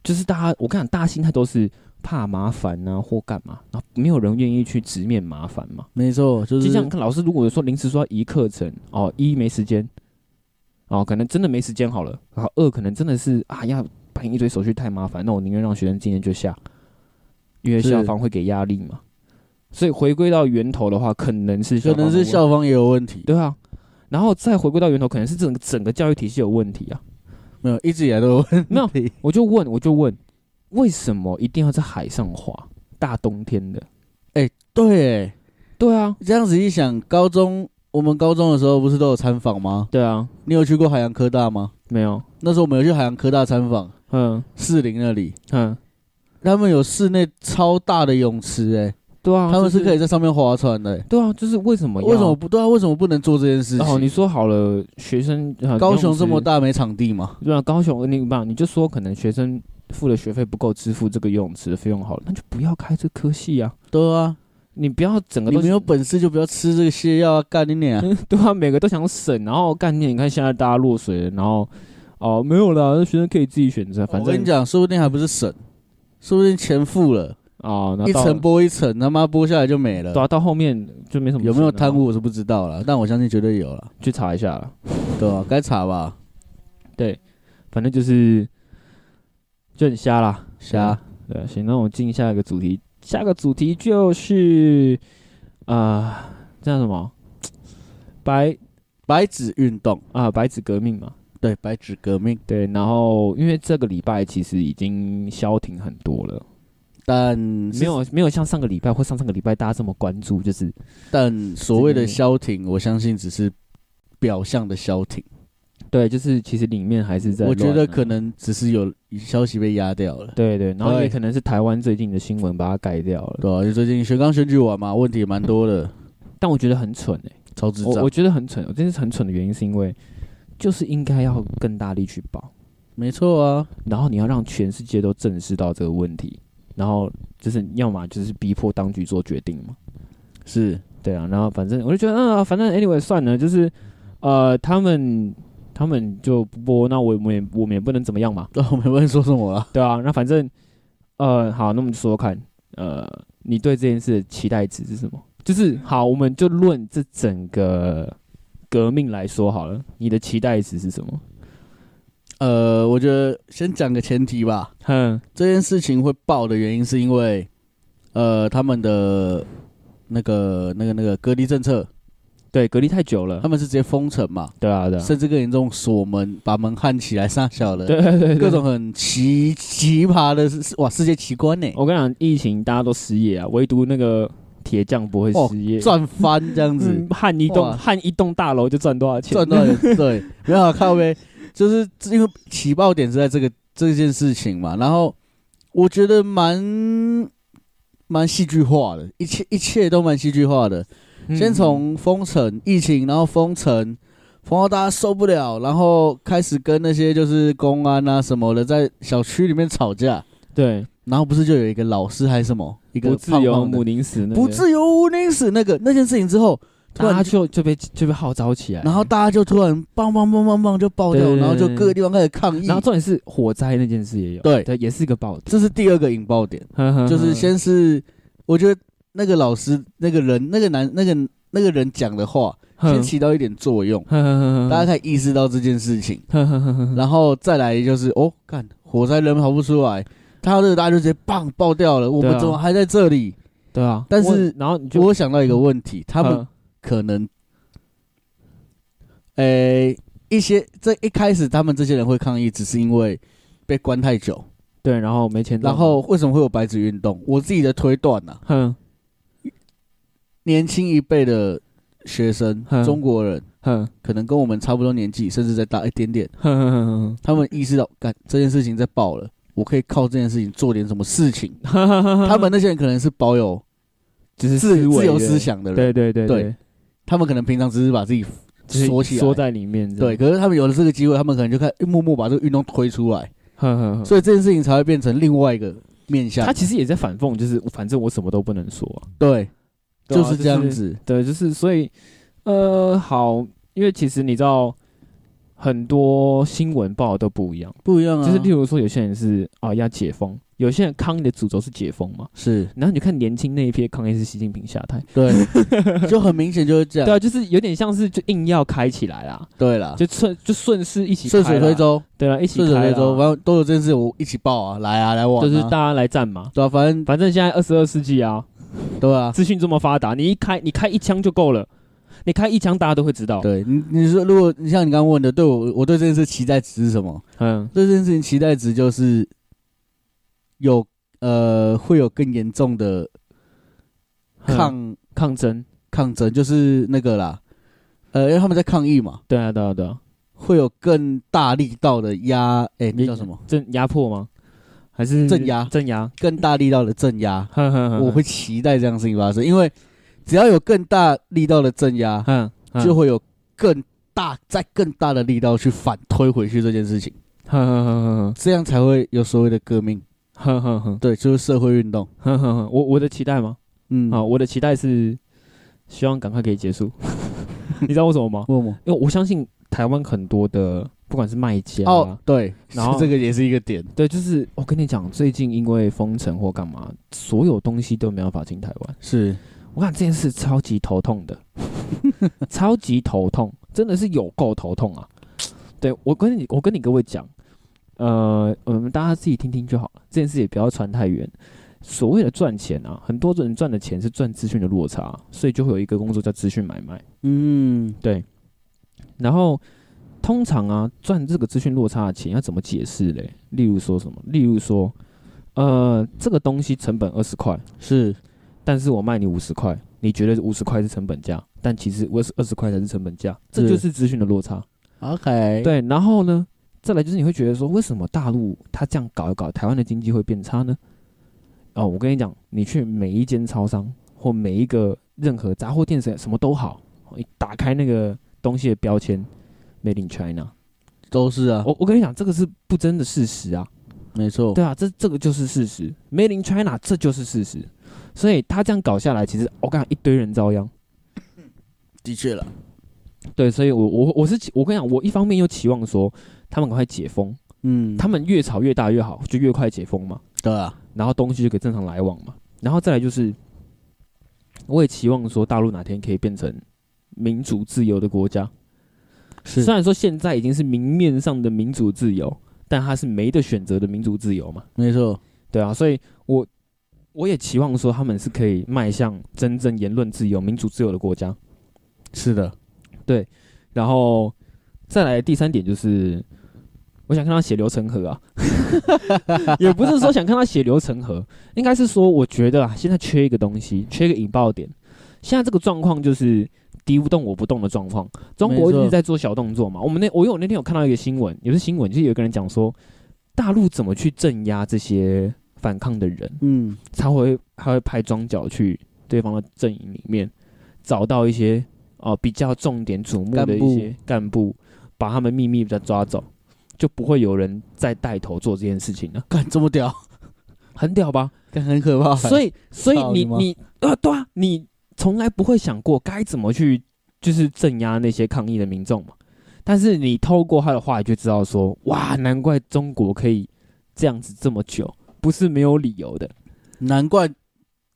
就是大家，我跟你讲，大家心态都是怕麻烦呢、或干嘛，然后没有人愿意去直面麻烦嘛。没错，就就是像老师如果说临时说要移课程，哦，一没时间，哦，可能真的没时间好了，然后二可能真的是啊要办一堆手续太麻烦，那我宁愿让学生今天就下，因为是校方会给压力嘛。所以回归到源头的话，可能是可方能的是问校方也有问题，对啊，然后再回归到源头，可能是整个整个教育体系有问题啊。没有一直以来都有问没有题。我就问，我就问，为什么一定要在海上滑？大冬天的，对、对啊，哎这样子一想，高中我们高中的时候不是都有参访吗？对啊，你有去过海洋科大吗？没有，那时候我们有去海洋科大参访，嗯士林那里，嗯，他们有室内超大的泳池、欸，对啊，他们就是可以，在上面划船的、欸对啊，就是为什么要？为什么不对啊？为什么不能做这件事情？哦，你说好了，学生、呃高雄这么，游泳大没场地吗？池对啊，高雄你吧，你就说可能学生付的学费不够支付这个游泳池的费用好了，那就不要开这科系啊，对啊，你不要整个你都没有本事就不要吃这个泻药啊，干你娘！ 对啊，每个都想省，然后概念，你看现在大家落水了，然后哦没有啦，那学生可以自己选择，反哦我跟正你讲，说不定还不是省，说不定钱付了，哦，那一到层剥一层，他妈剥下来就没了对。啊，到后面就没什么有没钱有了嘛贪污我是不知道了，但我相信绝对有了，去查一下啦。对吧、该查啊吧，反正就是就很瞎啦，瞎。对，啊行，那我们进下一个主题，下一个主题就是啊、呃，叫什么白白纸运动，啊、白纸革命嘛。对，白纸革命，对，然后因为这个礼拜其实已经消停很多了，但没，有没有像上个礼拜或上上个礼拜大家这么关注，就是但所谓的消停，我相信只是表象的消停。对，就是其实里面还是在我乱啊、觉得可能只是有消息被压掉了，对对，然后对也可能是台湾最近的新闻把它改掉了，对啊吧、因为最近学刚选举完嘛，问题也蛮多的，但我觉得很蠢哎、超智我障我。觉得很蠢，我这是很蠢的原因是因为就是应该要更大力去报，没错啊，然后你要让全世界都正视到这个问题，然后就是要么就是逼迫当局做决定嘛， 是对啊，然后反正我就觉得，嗯、反正 anyway 算了，就是呃，他们他们就不播，那我们也我们也不能怎么样嘛，对，哦我们问说什么了？对啊，那反正呃，好，那我们就说说看，呃，你对这件事的期待值是什么？就是好，我们就论这整个革命来说好了，你的期待值是什么？呃，我觉得先讲个前提吧。哼，这件事情会爆的原因是因为，呃，他们的那个、那个、那个隔离政策，对，隔离太久了他，们是直接封城嘛，对啊，对啊，甚至更严重锁门，把门焊起来，上小了，对对对各种很奇奇葩的事，哇，世界奇观呢、我跟你讲，疫情大家都失业啊，唯独那个铁匠不会失业，赚翻这样子。嗯焊一栋哇焊一栋大楼就赚多少钱？赚到也对，没有啊靠呗，就是因为起爆点是在这个这件事情嘛，然后我觉得蛮蛮戏剧化的，一切一切都蛮戏剧化的。嗯先从封城疫情，然后封城，封到大家受不了，然后开始跟那些就是公安啊什么的在小区里面吵架，对然后不是就有一个老师还是什么一个不自由胖胖的母宁死那个，不自由无宁死那个那件事情之后，突大然家就就被就被号召起来，然后大家就突然棒棒棒棒棒就爆掉，对对对然后就各个地方开始抗议然。后重点是火灾那件事也有，对对，也是一个爆点，这是第二个引爆点，嗯就是先是我觉得那个老师、那个人、那个男、那个那个人讲的话，先起到一点作用，大家大才意识到这件事情，家然后再来就是哦，看火灾人跑不出来，他这个大家就直接棒爆掉了，我对们啊怎么还在这里？对啊，但是我然后你就我想到一个问题，他们嗯可能，诶、一些这一开始他们这些人会抗议，只是因为被关太久。对，然后没钱赚，然后为什么会有白纸运动？我自己的推断呐、啊，哼年轻一辈的学生嗯，中国人哼可能跟我们差不多年纪，甚至再大一点点，哼哼他们意识到，干这件事情在爆了，我可以靠这件事情做点什么事情。哼哼，他们那些人可能是保有只是自思维自由的思，想的人，对对对对，他们可能平常只是把自己就是锁起来，缩在里面，对，，可是他们有了这个机会，他们可能就开始默默把这个运动推出来，哼哼哼。所以这件事情才会变成另外一个面向他。其实也在反讽，就是反正我什么都不能说啊、对，对啊就是这样，子。对，就是所以，呃，好，因为其实你知道，很多新闻报的都不一样，不一样啊，就是例如说，有些人是啊要解封，有些人抗议的主轴是解封嘛，是然后你看年轻那一批抗议是习近平下台， 对，就很明显就是这对样。啊，就是有点像是就硬要开起来啦，对啦，就顺就顺势一起顺开水啦推，舟，对啊，一起顺水开推啦舟，反正都有这件事，我一起报啊，来啊，来玩啊，就是大家来战嘛。对啊，反正反正现在二十二世纪啊，对啊，资讯这么发达，你一开你开一枪就够了，你开一枪大家都会知道。对你你说，如果你像你刚刚问的，对我我对这件事期待值是什么？嗯，对这件事情期待值就是有呃会有更严重的嗯抗抗争，抗争，就是那个啦，呃，因为他们在抗议嘛，对啊对啊对啊，会有更大力道的压，哎、那叫什么？镇压迫吗？还是镇压镇压？更大力道的镇压，哼哼哼我会期待这样的事情发生，因为只要有更大力道的镇压，哼哼就会有更大、再更大的力道去反推回去这件事情，哼哼哼这样才会有所谓的革命，哼哼哼哼对，就是社会运动。哼哼哼，我我的期待吗？嗯，啊，，我的期待是希望赶快可以结 束。你知道为什么吗？默默。因为我相信台湾很多的，不管是卖家、哦，对，然 后这个也是一个点，对，就是我跟你讲，最近因为封城或干嘛，所有东西都没办法进台湾。是我看这件事超级头痛的， 超级头痛，真的是有够头痛啊！对我跟你，我跟你各位讲，呃，我们大家自己听听就好了，这件事也不要传太远。所谓的赚钱啊，很多人赚的钱是赚资讯的落差，啊所以就会有一个工作叫资讯买卖。嗯，然后通常啊，赚这个资讯落差的钱要怎么解释嘞？例如说什么？例如说，呃，这个东西成本二十块，是但是我卖你五十块，你觉得五十块是成本价，但其实我是二十块才是成本价，这是就是资讯的落差。 OK，，对，然后呢，再来就是你会觉得说，为什么大陆它这样搞一搞，台湾的经济会变差呢？哦，我跟你讲，你去每一间超商或每一个任何杂货店，什什么都好，你打开那个东西的标签，Made in China，都是啊，我我跟你讲，这个是不争的事实啊。没错，对啊，这这个就是事实，Made in China 这就是事实，所以他这样搞下来，其实我跟你讲一堆人遭殃。的确了，对，所以我我我是期我跟你讲，我一方面又期望说他们赶快解封，嗯，他们越吵越大越好，就越快解封嘛，对啊，然后东西就可以正常来往嘛，然后再来就是，我也期望说大陆哪天可以变成民主自由的国家，是虽然说现在已经是明面上的民主自由，但它是没得选择的民主自由嘛。没错，对啊，所以我我也期望说他们是可以迈向真正言论自由、民主自由的国家。是的，然后再来第三点就是，我想看他血流成河啊， 也不是说想看他血流成河，应该是说我觉得啊，现在缺一个东西，缺一个引爆点。现在这个状况就是敌不动我不动的状况，中国没一错直在做小动作嘛。我们那我有那天有看到一个新闻，也不是新闻，就是有一个人讲说，大陆怎么去镇压这些反抗的人。嗯，他会他会派庄脚去对方的阵营里面，找到一些哦、比较重点瞩目的干部一些干部，把他们秘密的抓走，就不会有人再带头做这件事情了，干这么屌，很屌吧？干哦很可怕，所以以所以你操你妈你呃对啊，你从来不会想过该怎么去就是镇压那些抗议的民众嘛，但是你透过他的话语就知道说，哇，难怪中国可以这样子这么久，不是没有理由的。难怪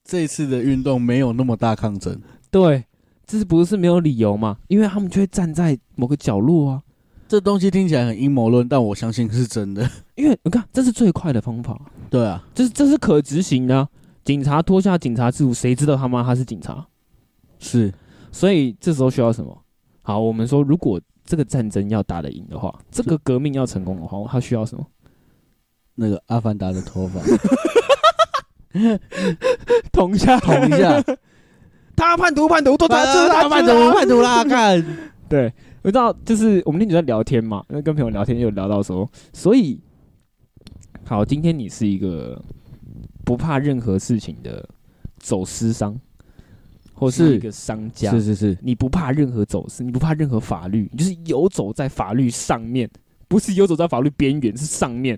这次的运动没有那么大抗争，对，这是不是没有理由嘛？因为他们就会站在某个角落啊。这东西听起来很阴谋论，但我相信是真 的，因为你看，这是最快的方法，对啊，这是这是可执行的啊、警察脱下警察制服，谁知道他妈他是警察？是，所以这时候需要什么？好，我们说，如果这个战争要打得赢的话，这个革命要成功的话，它需要什么？那个阿凡达的头发，捅下， 捅一下，啊他叛徒，叛徒，都 啊他叛徒，叛徒 啦，看，对，我知道，就是我们那天在聊天嘛，那跟朋友聊天就聊到说，所以，好，今天你是一个不怕任何事情的走私商，或是是一个商家，是是是，你不怕任何走私，你不怕任何法律，你就是游走在法律上面，不是游走在法律边缘，是上面。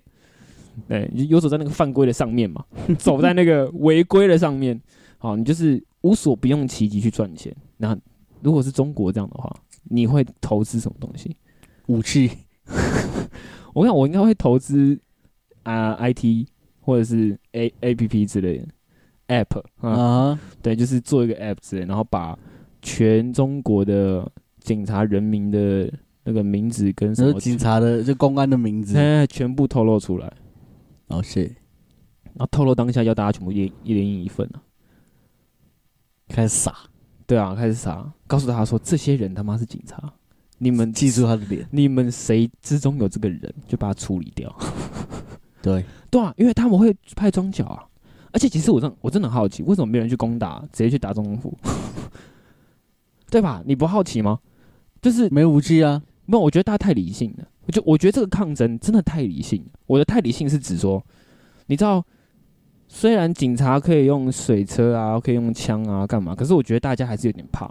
对，你就游走在那个犯规的上面 嘛，走在那个违规的上面。好，你就是无所不用其极去赚钱。那如果是中国这样的话，你会投资什么东西？武器，我想我应该会投资啊、IT 或者是 A A P P 之类的 App 啊、啊哈，对，就是做一个 app 之类，然后把全中国的警察人民的那个名字跟什那么是警察的，就公安的名字，哎全部透露出来，哦，谢，然后透露当下要大家全部一人一人印一份啊。开始傻，对啊，开始啥？告诉他说这些人他妈是警察，你们记住他的脸，你们谁之中有这个人，就把他处理掉。对，对啊，因为他们会派装脚啊。而且其实我真我真的很好奇，为什么没有人去攻打，直接去打总统府， 对吧？你不好奇吗？就是没武器啊，不，我觉得大家太理性了。我就我觉得这个抗争真的太理性了。我的太理性是指说，你知道，虽然警察可以用水车啊，可以用枪啊，干嘛？可是我觉得大家还是有点怕，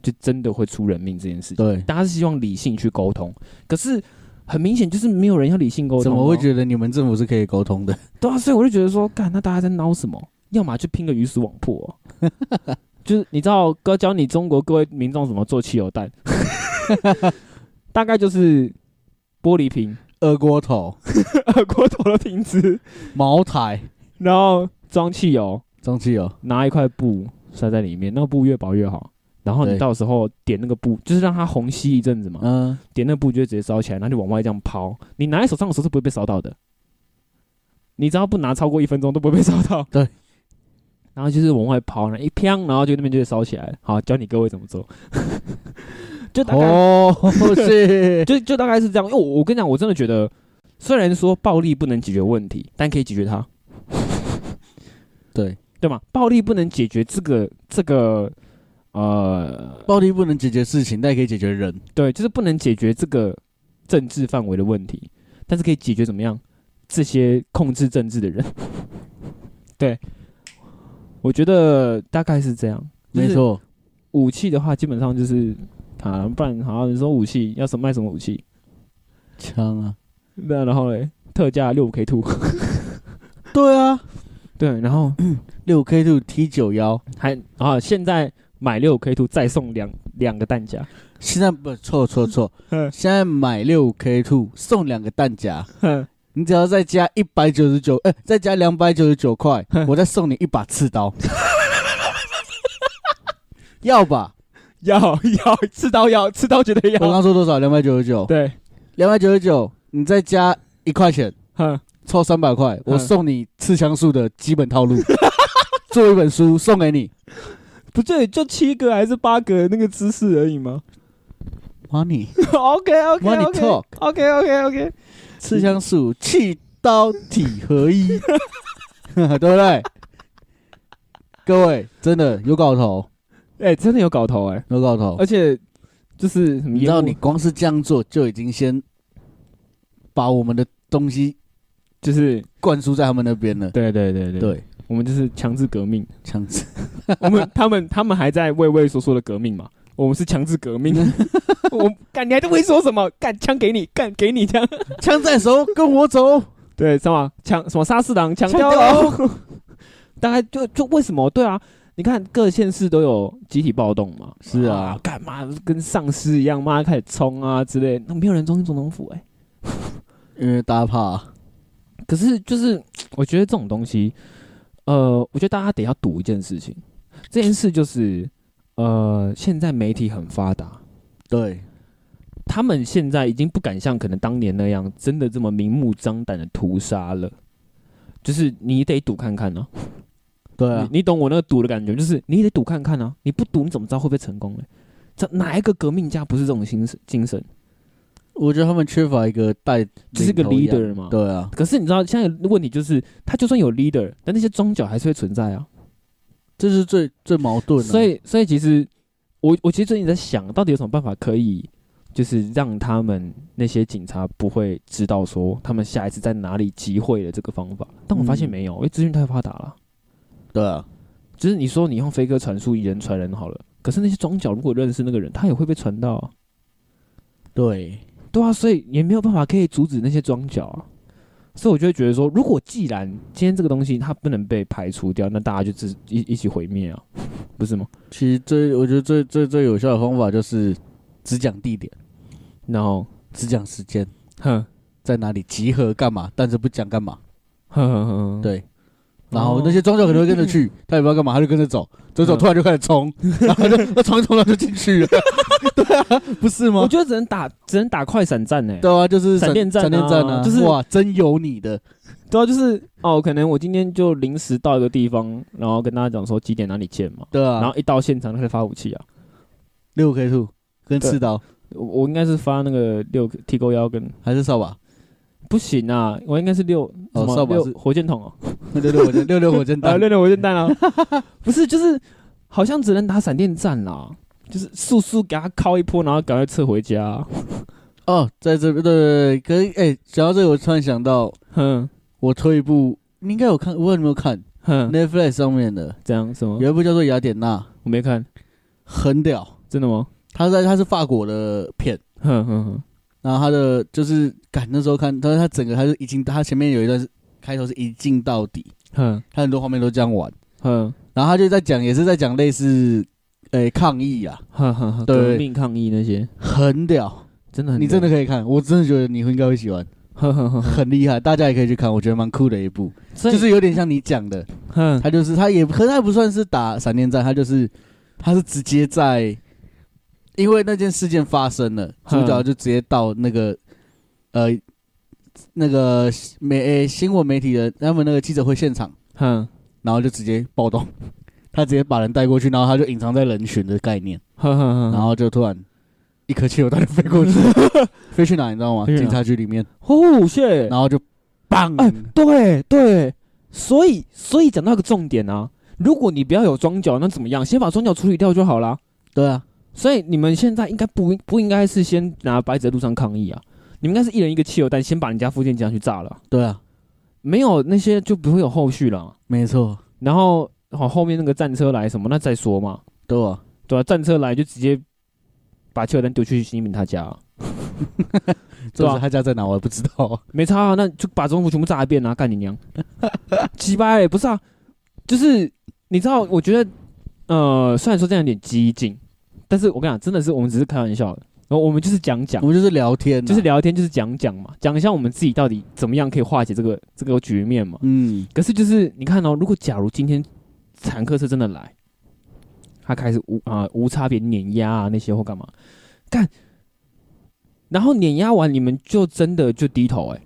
就真的会出人命这件事情。对，大家是希望理性去沟通，可是很明显就是没有人要理性沟通。啊怎么会觉得你们政府是可以沟通的？对啊，所以我就觉得说，干，那大家在闹什么？要么就拼个鱼死网破、哦， 就是你知道哥教你中国各位民众怎么做汽油弹， 大概就是玻璃瓶、 二锅头、二锅头的瓶子， 茅台、哦然后装汽油，张汽油，拿一块布塞在里面，那个布越薄越好。然后你对到时候点那个布，就是让它虹吸一阵子嘛，嗯，点那个布就会直接烧起来，然后你往外这样抛，你拿在手上的时候是不会被烧到的。你只要不拿超过一分钟都不会被烧到。 对。然后就是往外抛，然后一飘，然后就那边就会烧起来。好，教你各位怎么做。 就大概、哦， 是，就就大概是这样。因为我我跟你讲，我真的觉得，虽然说暴力不能解决问题，但可以解决它，对，对吗？暴力不能解决这个这个呃，暴力不能解决事情，但也可以解决人。对，就是不能解决这个政治范围的问题，但是可以解决怎么样这些控制政治的人。 对，我觉得大概是这样。没，错，武器的话基本上就是啊，不然好，你说武器要什么卖什么武器，枪啊，那然后嘞，特价六五 K two，对啊， 对，然后六 K two T 九幺，还啊，现在买六五 K two 再送两两个弹夹， 现在不错错错，现在买六 K two 送两个弹夹，你只要再加一百九十九，哎，再加两百九十九块，我再送你一把刺刀，要吧？要要刺刀要刺刀绝对我要，刚说多少？两百九十九，对，两百九十九，你再加一块钱，哼，凑三百块，我嗯送你刺枪术的基本套路， 做一本书送给你。不对，就七个还是八个那个姿势而已吗 Money， ？OK OK Money OK talk OK OK OK， 刺枪术气刀体合一， 对不对？各位真的有搞头，哎、真的有搞头哎、有搞头。而且就是什么你烟雾，知道，你光是这样做就已经先把我们的东西就是灌输在他们那边了。对对对对，对，我们就是强制革命，强 制我们他们他们还在畏畏缩缩的革命嘛。我们是强制革 命，我干你还在畏缩什么？干枪给你，干给你这样。枪在手，跟我走。对，什么抢什么杀四郎抢强掉调了， 大概就就为什么？对啊，你看各县市都有集体暴动嘛，是啊干嘛跟丧尸一样，妈开始冲啊之类，那没有人冲进总统府哎、因为大家怕，可是就是我觉得这种东西，呃，我觉得大家得要赌一件事情，这件事就是呃，现在媒体很发达，对，他们现在已经不敢像可能当年那样真的这么明目张胆的屠杀了，就是你得赌看啊看呢、对啊你，你懂我那个赌的感觉，就是你得赌看看啊，你不赌你怎么知道会不会成功呢？这哪一个革命家不是这种精神精神？我觉得他们缺乏一个带，就是个领头羊 leader 嘛对啊，可是你知道现在的问题就是，他就算有 leader，但那些庄脚还是会存在啊。这是最最矛盾的。所以，所以其实我我其实最近在想，到底有什么办法可以，就是让他们那些警察不会知道说他们下一次在哪里集会的这个方法。但我发现嗯没有，因为资讯太发达了。对啊，就是你说你用飞鸽传书，以人传人好了，可是那些庄脚如果认识那个人，他也会被传到啊、对，对啊，所以也没有办法可以阻止那些庄脚啊。所以我就会觉得说，如果既然今天这个东西它不能被排除掉，那大家就自一一起毁灭啊，不是吗？其实最我觉得最最最有效的方法就是只讲地点，然后，只讲时间，哼在哪里集合干嘛，但是不讲干嘛。哼哼哼，对，然哦后那些庄脚可能会跟着 去，他也不知道干嘛，他就跟着走，走走嗯突然就开始冲，然后就那冲一冲他就 进去了，对啊，不是我吗？觉得只能打只能打快闪战呢、欸对啊，就是闪电战啊闪电战啊，就是哇，真有你的，对啊，就是哦，可能我今天就临时到一个地方，然后跟大家讲说几点哪里见嘛，对然啊后，一到现场就开始发武器啊，六 K two 跟刺刀我我应该是发那个六剃钩腰跟还是扫把，不行啊，我应该是六什哦么扫把六是火箭筒哦、六六火箭呃六六火箭啊，弹，练练火箭弹啊， 不是，就是好像只能打闪电战啦，就是速速给他敲一波，然后赶快撤回家、哦，在这边对对对，可是哎，讲到这个我突然想到，哼我推一部，你应该有看，我不知道你有没有看哼， Netflix 上面的这样什么？有一部叫做《雅典娜》，我没看，很屌，真的吗？它在它是法国的片。哼哼哼，然后他的就是赶那时候看，他说他整个他是一镜，他前面有一段是开头是一镜到底，哼他很多画面都这样玩。哼然后他就在讲，也是在讲类似，诶、抗议啊，哼哼哼，对革命抗议那些，很屌，真的很，你真的，可以看，我真的觉得你应该会喜欢，哼哼哼，很厉害，大家也可以去看，我觉得蛮酷的一部，所以就是有点像你讲的，哼他就是他也，可是他不算是打闪电战，他就是他是直接在，因为那件事件发生了，嗯主角就直接到那个呃那个媒、诶新闻媒体的他们那个记者会现场，哼然后就直接暴动，他直接把人带过去，然后他就隐藏在人群的概念，哼哼然哼，后就突然一颗汽油弹就飞 过去，飞去哪你知道吗？飞去哪警察局里面，哦，谢，然后就。棒！哎，对对，所以所以讲到一个重点啊，如果你不要有装脚，那怎么样？先把装脚处理掉就好啦。对啊，所以你们现在应该不不应该是先拿白纸在路上抗议啊？你们应该是一人一个汽油弹，先把人家附近家去炸了啊，对啊，没有那些就不会有后续了啊。没错，然后好后面那个战车来什么，那再说嘛，对啊，对吧、战车来就直接把汽油弹丢去新民他家啊、 这对啊是他家在哪我也不知道。没差啊，那就把中府全部炸一遍啊！干你娘！鸡巴欸，不是啊，就是你知道，我觉得，呃，虽然说这样有点激进，但是我跟你讲，真的是我们只是开玩笑的，然后我们就是讲讲我，们就是聊天啊，就是聊天，就是讲讲嘛，讲一下我们自己到底怎么样可以化解这个这个局面嘛。嗯，可是就是你看哦，如果假如今天坦克车真的来，他开始无啊、无差别碾压啊那些或干嘛干，然后碾压完你们就真的就低头哎、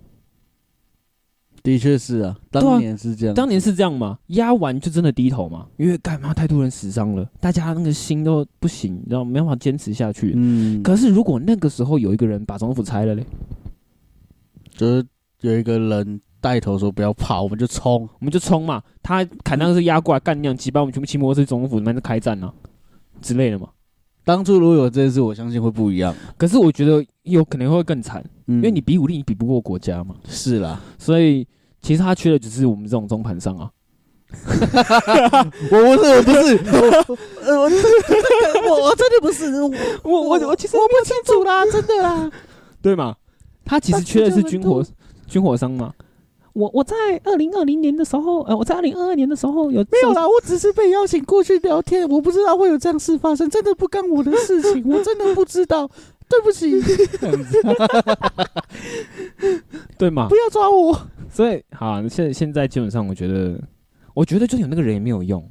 的确是啊，啊当年是这样，当年是这样吗？压完就真的低头吗？因为干嘛太多人死伤了，大家那个心都不行，你知道没办法坚持下去。嗯，可是如果那个时候有一个人把总统府拆了嘞，就是有一个人带头说不要怕，我们就冲，我们就冲嘛，他砍那个是压过来干那样几班，我们全部骑摩托车去总统府那边开战啊之类的嘛。当初如果有这件事，我相信会不一样。可是我觉得有可能会更惨，嗯，因为你比武力你比不过国家嘛，是啦，所以其实他缺的只是我们这种中盘商啊。我不是，我不是，呃我 我我我真的不是，我我我其实我不清楚 啦，真的啦，对嘛？他其实缺的是军火军火商嘛。我我在二零二零年的时候，呃，我在二零二二年的时候有没没有啦，我只是被邀请过去聊天，我不知道会有这样事发生，真的不干我的事情，我真的不知道，对不起，对嘛不？要抓我。所以好，现现在基本上我觉得，我觉得就有那个人也没有用。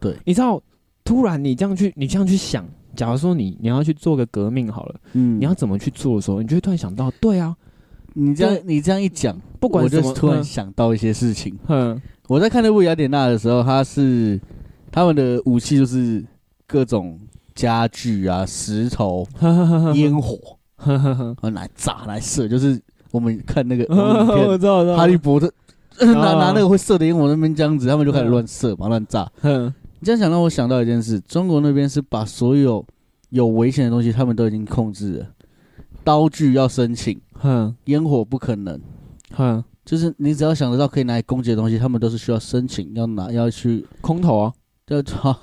对，你知道，突然你这样去，你这样去想，假如说你你要去做个革命好了，嗯你要怎么去做的时候，你就会突然想到，对啊，你这样你这样一讲，不管我就怎么突然想到一些事情。嗯我在看那部《雅典娜》的时候，它是他们的武器就是各种家具啊、石 头、烟火，哼，然后拿来炸、拿来射，就是我们看 那个我们我影知道，我知道，片 哈利波特。 拿啊拿那个会射的烟火那边这样子，他们就开始乱射嘛，乱炸。哼你这样想让我想到一件事：中国那边是把所有有危险的东西，他们都已经控制了。刀具要申请，哼烟火不可能。哼，就是你只要想得到可以拿来攻击的东西，他们都是需要申请，要拿要去 空投啊！要好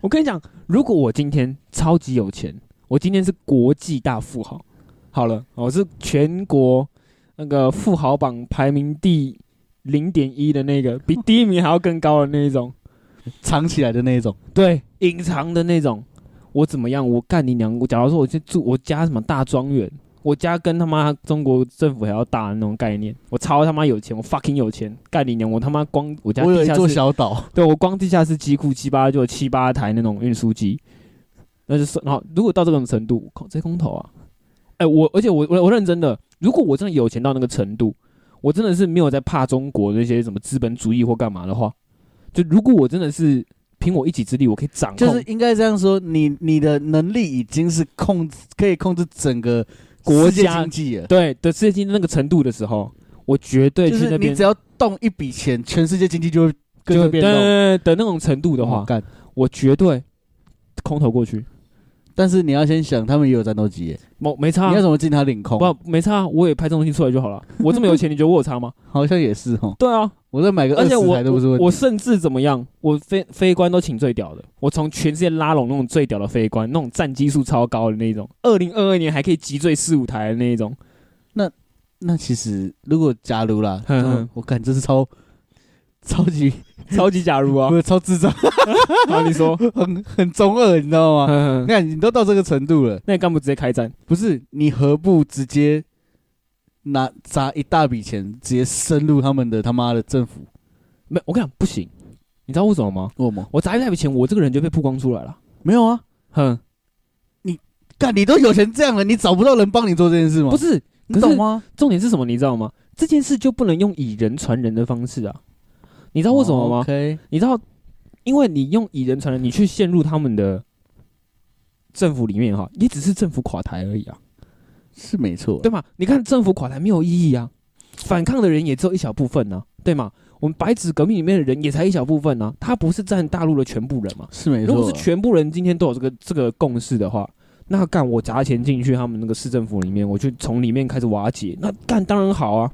我跟你讲，如果我今天超级有钱，我今天是国际大富豪，好了，我是全国那个富豪榜排名第零点一的那个，比第一名还要更高的那一种，藏起来的那一种。对，隐藏的那种。我怎么样？我干你娘！我假如说我去住我家什么大庄园，我家跟他妈中国政府还要大的那种概念，我超他妈有钱，我 fucking 有钱，干你娘！我他妈光我家我有地一下座室小岛，对我光地下室机库七八就有七八台那种运输机，那就是然后如果到这种程度，靠，这空投啊！哎、我而且我我我认真的，如果我真的有钱到那个程度，我真的是没有在怕中国那些什么资本主义或干嘛的话，就如果我真的是凭我一己之力，我可以掌控，就是应该这样说，你你的能力已经是控制可以控制整个国世界家经济了。对的世界经济那个程度的时候，我绝对就去是那你边只要动一笔钱，全世界经济就会跟就着对变动。对的那种程度的话哦，干，我绝对空投过去，但是你要先想，他们也有战斗机耶，没没差啊你要，怎么进他领空？不没差，啊我也拍这种东西出来就好 了。我这么有钱，你觉得我有差吗？好像也是哦。对啊，我再买个而二且十我台都不是我问题。我甚至怎么样，我飞飞官都请最屌的，我从全世界拉拢那种最屌的飞官，那种战机数超高的那种，二零二二年还可以击坠四五台的那一种，那其实如果假如啦，哼哼我感这是超超级超级假如啊 不！是超智障，好，你 说，很很中二，你知道嗯吗？你那看你都到这个程度了，你干部直接开战？不是你何不直接拿砸一大笔钱，直接深入他们的他妈的政府？没，我跟你讲不行，你知道为什么吗？我吗？我砸一台笔钱，我这个人就被曝光出来了。没有啊，哼，干你都有钱这样了，你找不到人帮你做这件事吗？不，是，你可懂是吗？重点是什么？你知道吗？这件事就不能用以人传人的方式啊！你知知道为什么吗？哦哦？OK，你知道，因为你用以人传人，你去陷入他们的政府里面哈，也只是政府垮台而已啊，是没错啊。对吗？你看政府垮台没有意义啊，反抗的人也只有一小部分呢、对吗？我们白纸革命里面的人也才一小部分呢、啊他不是占大陆的全部人嘛？是没如果错是啊，全部人今天都有这个这个共识的话，那干我砸钱进去他们那个市政府里面，我就从里面开始瓦解，那干当然好啊。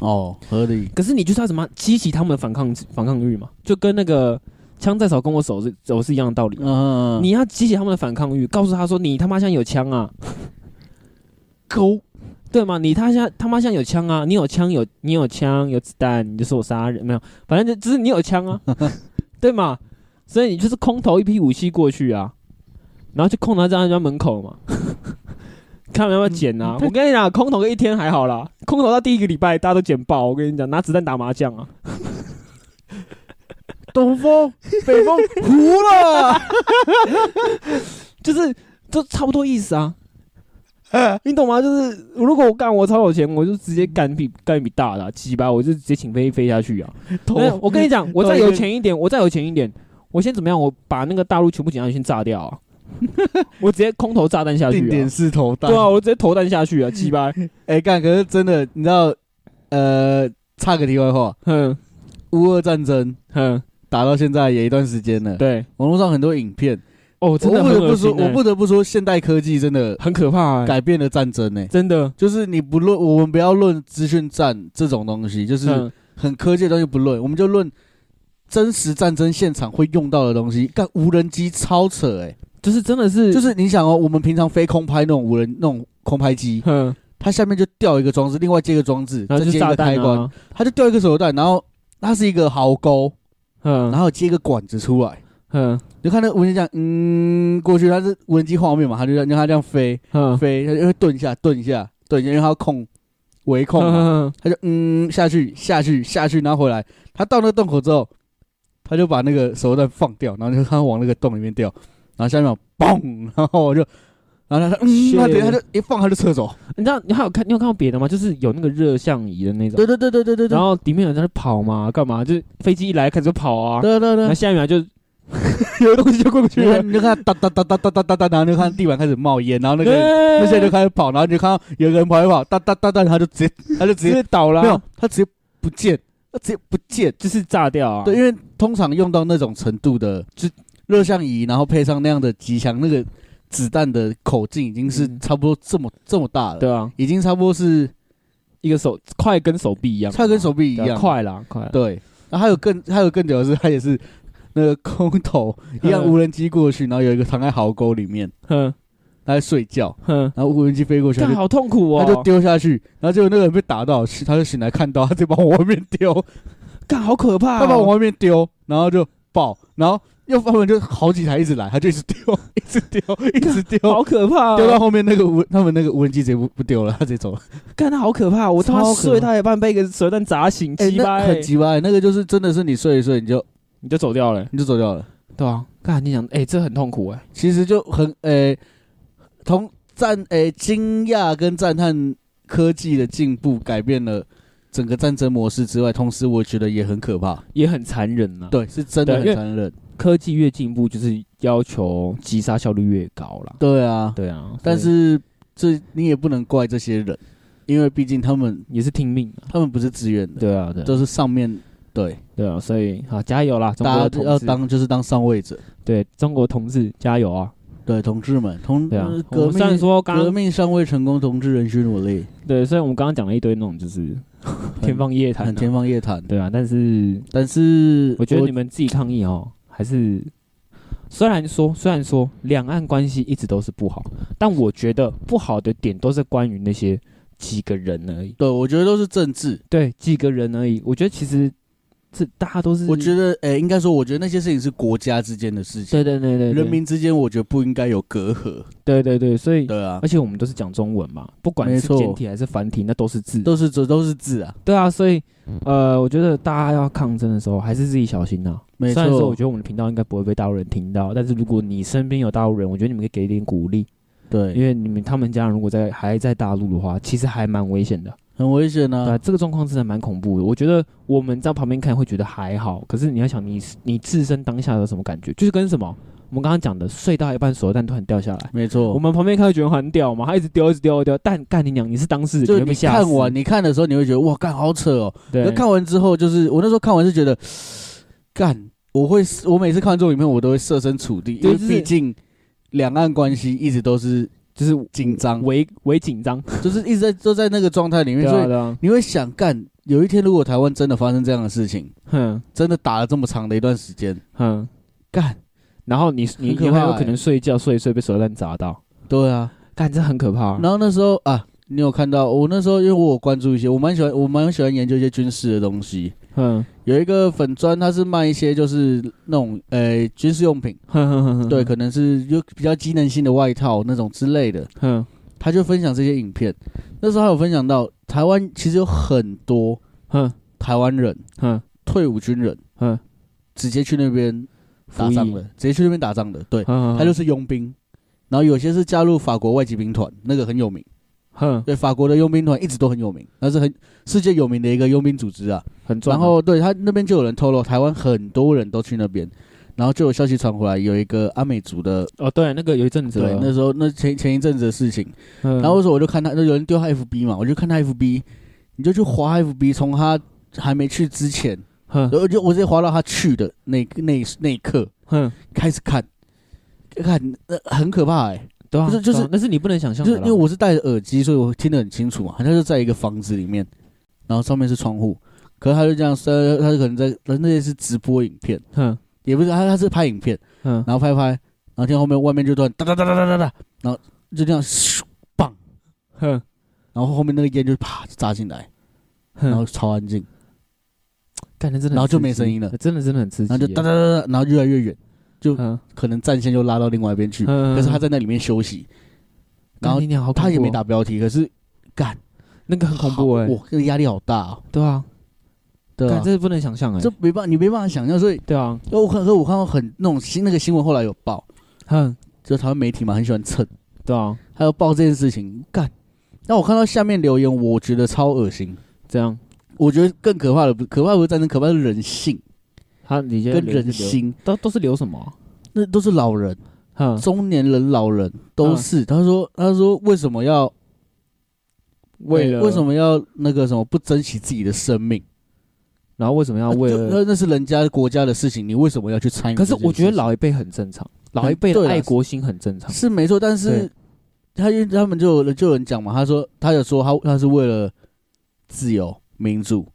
哦，合理，可是你就是要怎么激起他们的反抗反抗欲嘛？就跟那个枪在手跟我手是手是一样的道理。嗯，你要激起他们的反抗欲，告诉他说你他妈现在有枪啊，勾对吗？你他现在他妈现在有枪啊，你有枪有你有枪有子弹，你就说我杀人没有，反正就只是你有枪 啊，对吗？所以你就是空投一批武器过去啊，然后就空投在人家门口 嘛，看人要不要捡啊。嗯我跟你讲，空投个一天还好啦，空投到第一个礼拜大家都捡爆。我跟你讲，拿子弹打麻将啊，东风北风糊了， 就是就差不多意思 啊。你懂吗？就是如果我干我超有钱，我就直接干一笔干一笔大的、啊，几百我就直接请飞机飞下去啊。没有，我跟你 讲，我再有钱一点，我再有钱一点，我先怎么样？我把那个大陆全部警察局先炸掉 啊！我直接空投炸弹下去、定点啊，是头大对，啊，我直接投弹下去啊，鸡 巴，哎干，可是真的，你知道，呃，插个题外话，哼乌俄战争哼，打到现在也一段时间了，对，网络上很多影片，哦，真的我很不得恶不心说，欸、我不得不说，现代科技真的很可怕、欸，改变了战争呢。真的，就是你不论我们不要论资讯战这种东西，就是嗯，很科技的东西不论，我们就论真实战争现场会用到的东西。干无人机超扯哎、就是真的是，就是你想哦，我们平常飞空拍那种无人那种空 拍机，哼，它下面就吊一个装置，另外接一个装置，然后再就接一炸个弹开关，啊，它就吊一个手榴弹，然后它是一个壕沟，然嗯后接一个管子出来。哼你就看那个无人机这样，嗯，过去它是无人机画面嘛，它就让让它这样飞哼，飞，它就会顿一下，顿一下，顿一下，因为它要控围控嘛。哼他就嗯下去下去下去，然后回来，他到那个洞口之后，他就把那个手榴弹放掉，然后就 他往那个洞里面掉，然后下面嘣，然后我就，然后他说嗯， Shit 他等一下就一放他就撤走，你知道你还有看你有看到别的吗？就是有那个热像仪的那种， 对对对对对对对然，后里面有人在那跑嘛，干嘛？就是飞机一来开始就跑啊，对对然后对，下一秒就 有东西就过不去你了看。你就看哒哒哒哒哒哒哒哒，然后就看地板开始冒烟，然后那个那那些人就开始跑，然后你就看到有个人跑一跑，哒哒哒哒，他就直接他就直直接接倒了没有啊，，他直接不见，他直接不见。就是炸掉啊！对，，因为通常用到那种程度的，就热像仪，然后配上那样的机枪，那个子弹的口径已经是嗯差不多这么、这么大了，对啊，已经差不多是一个手快跟手臂一样，快跟手臂一对啊样，快啦，快啦。对。然后还有更还有更屌的是，它也是那个空投一样嗯无人机过去，然后有一个躺在壕沟里面，哼他在睡觉，哼，然后无人机飞过去，他但就好痛苦他就哦，丢下去，然后结果那个人被打到，是他就醒来看到，他就往我外面丢，干好可怕他把往哦。外面丢，然后就爆，然后又他们就好几台一直来，他就一直丢， 一直丢，一直丢，好可怕哦！丢到后面那个无他们那个无人机直接不不丢了，他直接走了。干他好可怕！哦我他妈超可怕睡到一半被一个手榴弹砸醒，鸡巴那欸很，鸡巴欸，那个就是真的是你睡一睡你就你就走掉了欸。你就走掉了，对啊，干你想，哎，这很痛苦哎。其实就很呃诶、同赞诶呃惊讶跟赞叹科技的进步改变了。整个战争模式之外，同时我觉得也很可怕，也很残忍啊呐、，对，是真的啊对因为很残忍，科技越进步，就是要求击杀效率越高啦。对啊，对啊，但所以是这你也不能怪这些人，因为毕竟他们也是听命啊。他们不是自愿的，对啊，对啊都是上面对，对啊，所以好加油啦，中国大的家同要志当就是当上位者，对中国同志加油啊！对，同志们，同对啊呃，我革们虽然命说刚革刚命尚未成功，同志仍需努力，对，虽然我们刚刚讲了一堆那种就是 天方夜谭啊、很天方夜谭，对啊，但是但是我觉得你们自己抗议哦，还是虽然说虽然说两岸关系一直都是不好，但我觉得不好的点都是关于那些几个人而已，对我觉得都是政治，对，几个人而已。我觉得其实这大家都是，我觉得诶，应该说，我觉得那些事情是国家之间的事情，对对对对，对人民之间，我觉得不应该有隔阂，对对对，所以对啊而，且我们都是讲中文嘛，不管没是错简体还是繁体，那都是字。都是这都是字啊，对啊，所以呃，我觉得大家要抗争的时候，还是自己小心呐、啊没虽然说我错，觉得我们的频道应该不会被大陆人听到，但是如果你身边有大陆人，我觉得你们可以给一点鼓励，因对，为你们他们家人如果在还在大陆的话，其实还蛮危险的。很危险对、啊，啊，这个状况真的蛮恐怖的。我觉得我们在旁边看会觉得还好，可是你要想你你自身当下有什么感觉，就是跟什么我们刚刚讲的，睡到一半手榴弹突然掉下来，没我错。们旁边看到觉得很屌嘛，他一直丢，一直丢，一直丢，但干你娘，你是当事人，就会被你吓看死完，你看的时候你会觉得哇，干好扯哦。对那，看完之后，就是我那时候看完是觉得， 干，我会，我每次看完这种影片，我都会设身处地，因对为就是毕竟两岸关系一直都是就是紧张，为为紧张，就是一直在都在那个状态里面，对所啊以对啊，你会想，干，有一天如果台湾真的发生这样的事情，哼真的打了这么长的一段时间，哼，干，然后你你很可你还有怕可能欸睡觉睡一睡被手榴弹砸到，对啊，干这很可怕啊，然后那时候啊，你有看到我那时候，因为我有关注一些，我蛮喜欢，我蛮喜欢研究一些军事的东西。哼有一个粉砖，它是卖一些就是那种呃军事用品，哼哼哼哼，对，，可能是有比较机能性的外套那种之类的。哼他就分享这些影片，那时候还有分享到台湾其实有很多哼台湾人哼退伍军人哼，直接去那边打服仗役嗯的，直接去那边打仗的，对，哼，他就是佣兵。然后有些是加入法国外籍兵团，那个很有名。哼对，法国的佣兵团一直都很有名，那是很世界有名的一个佣兵组织啊。很壮然啊，后对他那边就有人透露，台湾很多人都去那边，然后就有消息传回来，有一个阿美族的，哦对，啊那个有一阵子对，那时候那前前一阵子的事情。然然后那时候我就看他，那有人丢他 FB 嘛，我就看他 FB，你就去划 FB，从他还没去之前，哼然后就我直接划到他去的那那那一刻哼，开始看，看、呃、很可怕哎、对啊，不是就是对啊那是你不能想象就的是啦，因为我是戴着耳机，所以我听得很清楚嘛。他就在一个房子里面，然后上面是窗户，可是他就这样，他他可能在，那些是直播影片，哼也不是他他是拍影片，哼，然后拍拍，然后听到后面外面就突然哒哒哒哒哒哒哒，然后就这样咻，哼然后后面那个烟就啪就炸进来，然后哼，超安静，干的真的很刺激，然后就没声音了真的真的很刺激然耶，后就哒哒哒哒，然后越来越远，就嗯，可能战线就拉到另外一边去，嗯可是他在那里面休息，然后干你娘好恐他也怖没哦，打标题，可是干那个很恐怖哎，哇，这个压力好大哦，对啊，对干啊这。是不能想象哎这，没办法，你没办法想象，所以哦对啊，因为我看，可我看到很那种新那个新闻，后来有报，哼，就是台湾媒体嘛，很喜欢蹭，对啊，还有报这件事情干。那我看到下面留言，我觉得超恶心。这样我觉得更可怕的不，可怕不是战争，可怕的是人性他你觉得跟留人心，都都是留什么啊？那都是老人、哼，中年人、老人嗯都是。他说，他说为什么要为了哎为什？么要那个什么不珍惜自己的生命？然后为什么要为就了？那那是人家国家的事情，你为什么要去参与可这是件事情？我觉得老一辈很正常，老一辈的对啦爱国心很正常。是没错，但是对他因为他们就有人就有人讲嘛，他说他有说他他是为了自由民主，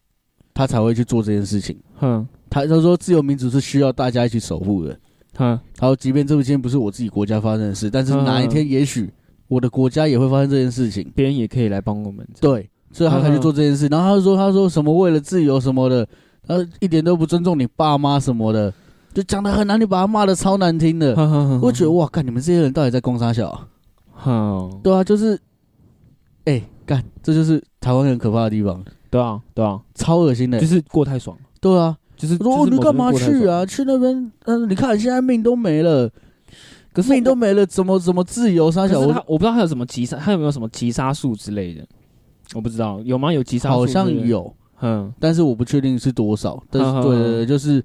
他才会去做这件事情。哼他他说自由民主是需要大家一起守护的。哼，他说，即便这件不是我自己国家发生的事，但是嗯哪一天也许我的国家也会发生这件事情。别人也可以来帮我们。对，所以他才去做这件嗯事。然后他说他说什么为了自由什么的，他一点都不尊重你爸妈什么的，就讲的很难，你把他骂的超难听的。嗯哼哼哼，我觉得哇，干你们这些人到底在攻啥小啊、哼，对啊，就是，哎、干，这就是台湾人可怕的地方，对啊对啊，超恶心的、就是过太爽了，对啊，就是我说就哦是你某干种嘛过太爽去啊？去那边，嗯、你看现在命都没了，可是命都我。没了，怎么怎么自由？沙可是小他我我不知道他有什么击杀，他有没有什么击杀术之类的？我不知道有吗？有击杀术？好像。有，嗯但是我不确定是多少。但好好是对对对，就是，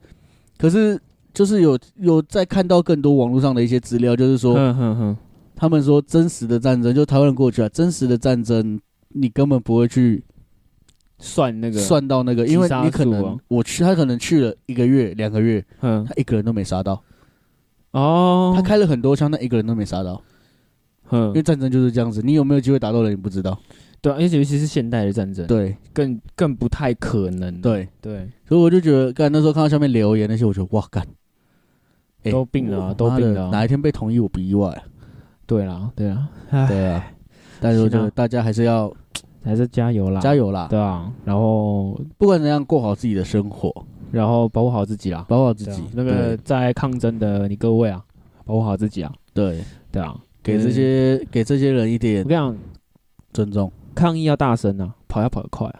可是就是有有在看到更多网络上的一些资料，就是说哼哼哼，他们说真实的战争，就台湾人过去啊，真实的战争你根本不会去算那个算到那个，因为击杀你可数能啊我去，他可能去了一个月、两个月，嗯他一个人都没杀到，哦，他开了很多枪，但一个人都没杀到，因为嗯战争就是这样子，你有没有机会打到人，你不知道。对啊，而且尤其是现代的战争，对更更不太可能。对，对，所以我就觉得，干那时候看到下面留言那些，我觉得哇干，哎都病了啊我都妈的病了啊哪一天被同意我不意外，对啦，对啦，唉，对啊。但是我觉行得啊大家还是要还是加油啦，加，油啦，对啊，然后不管怎样过好自己的生活，然后保护好自己啦，保护好自对啊己。那个对在抗争的你各位啊，保护好自己啊，对，对啊，给这些给这些人一我点跟你讲，尊重，抗议要大声啊，跑要跑得快啊，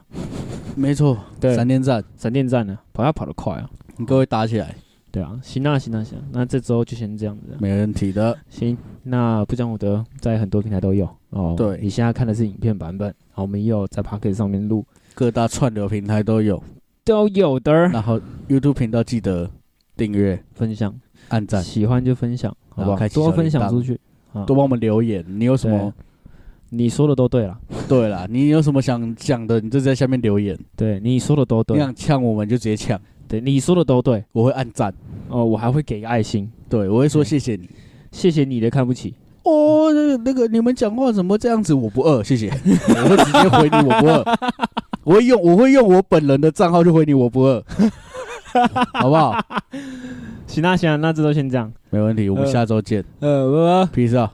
没错，对，闪电战，闪电战呢、啊，跑要跑得快啊，你各位打起来，对啊，行啊，行啊，行啊那这周就先这样子啊、没问题的。行，那不讲武德在很多平台都有哦，对你现在看的是影片版本，好，我们也有在 p o c k e t 上面录。各大串流平台 都有，都有的儿，然后 YouTube 频道记得订阅、分享 按赞。喜欢就分享，好然不后好开？启多小铃分享铛出去。多帮我们留言，你有什么？你说的都对了，对啦，你有什么想讲的，你就在下面留言。对，你说的都你对，想呛我们就直接呛，对，你说的都对。我会按赞，哦，我还会给个爱心，对我会说谢谢你。谢谢你的看不起。哦，那个那个，你们讲话怎么这样子？我不饿，谢 谢。我会直接回你，我不饿。我会用我会用我本人的账号去回你，我不饿， 好不好？行啊行啊，那这周先这样。没问题，我们呃下周见呃，拜拜。 ，peace out。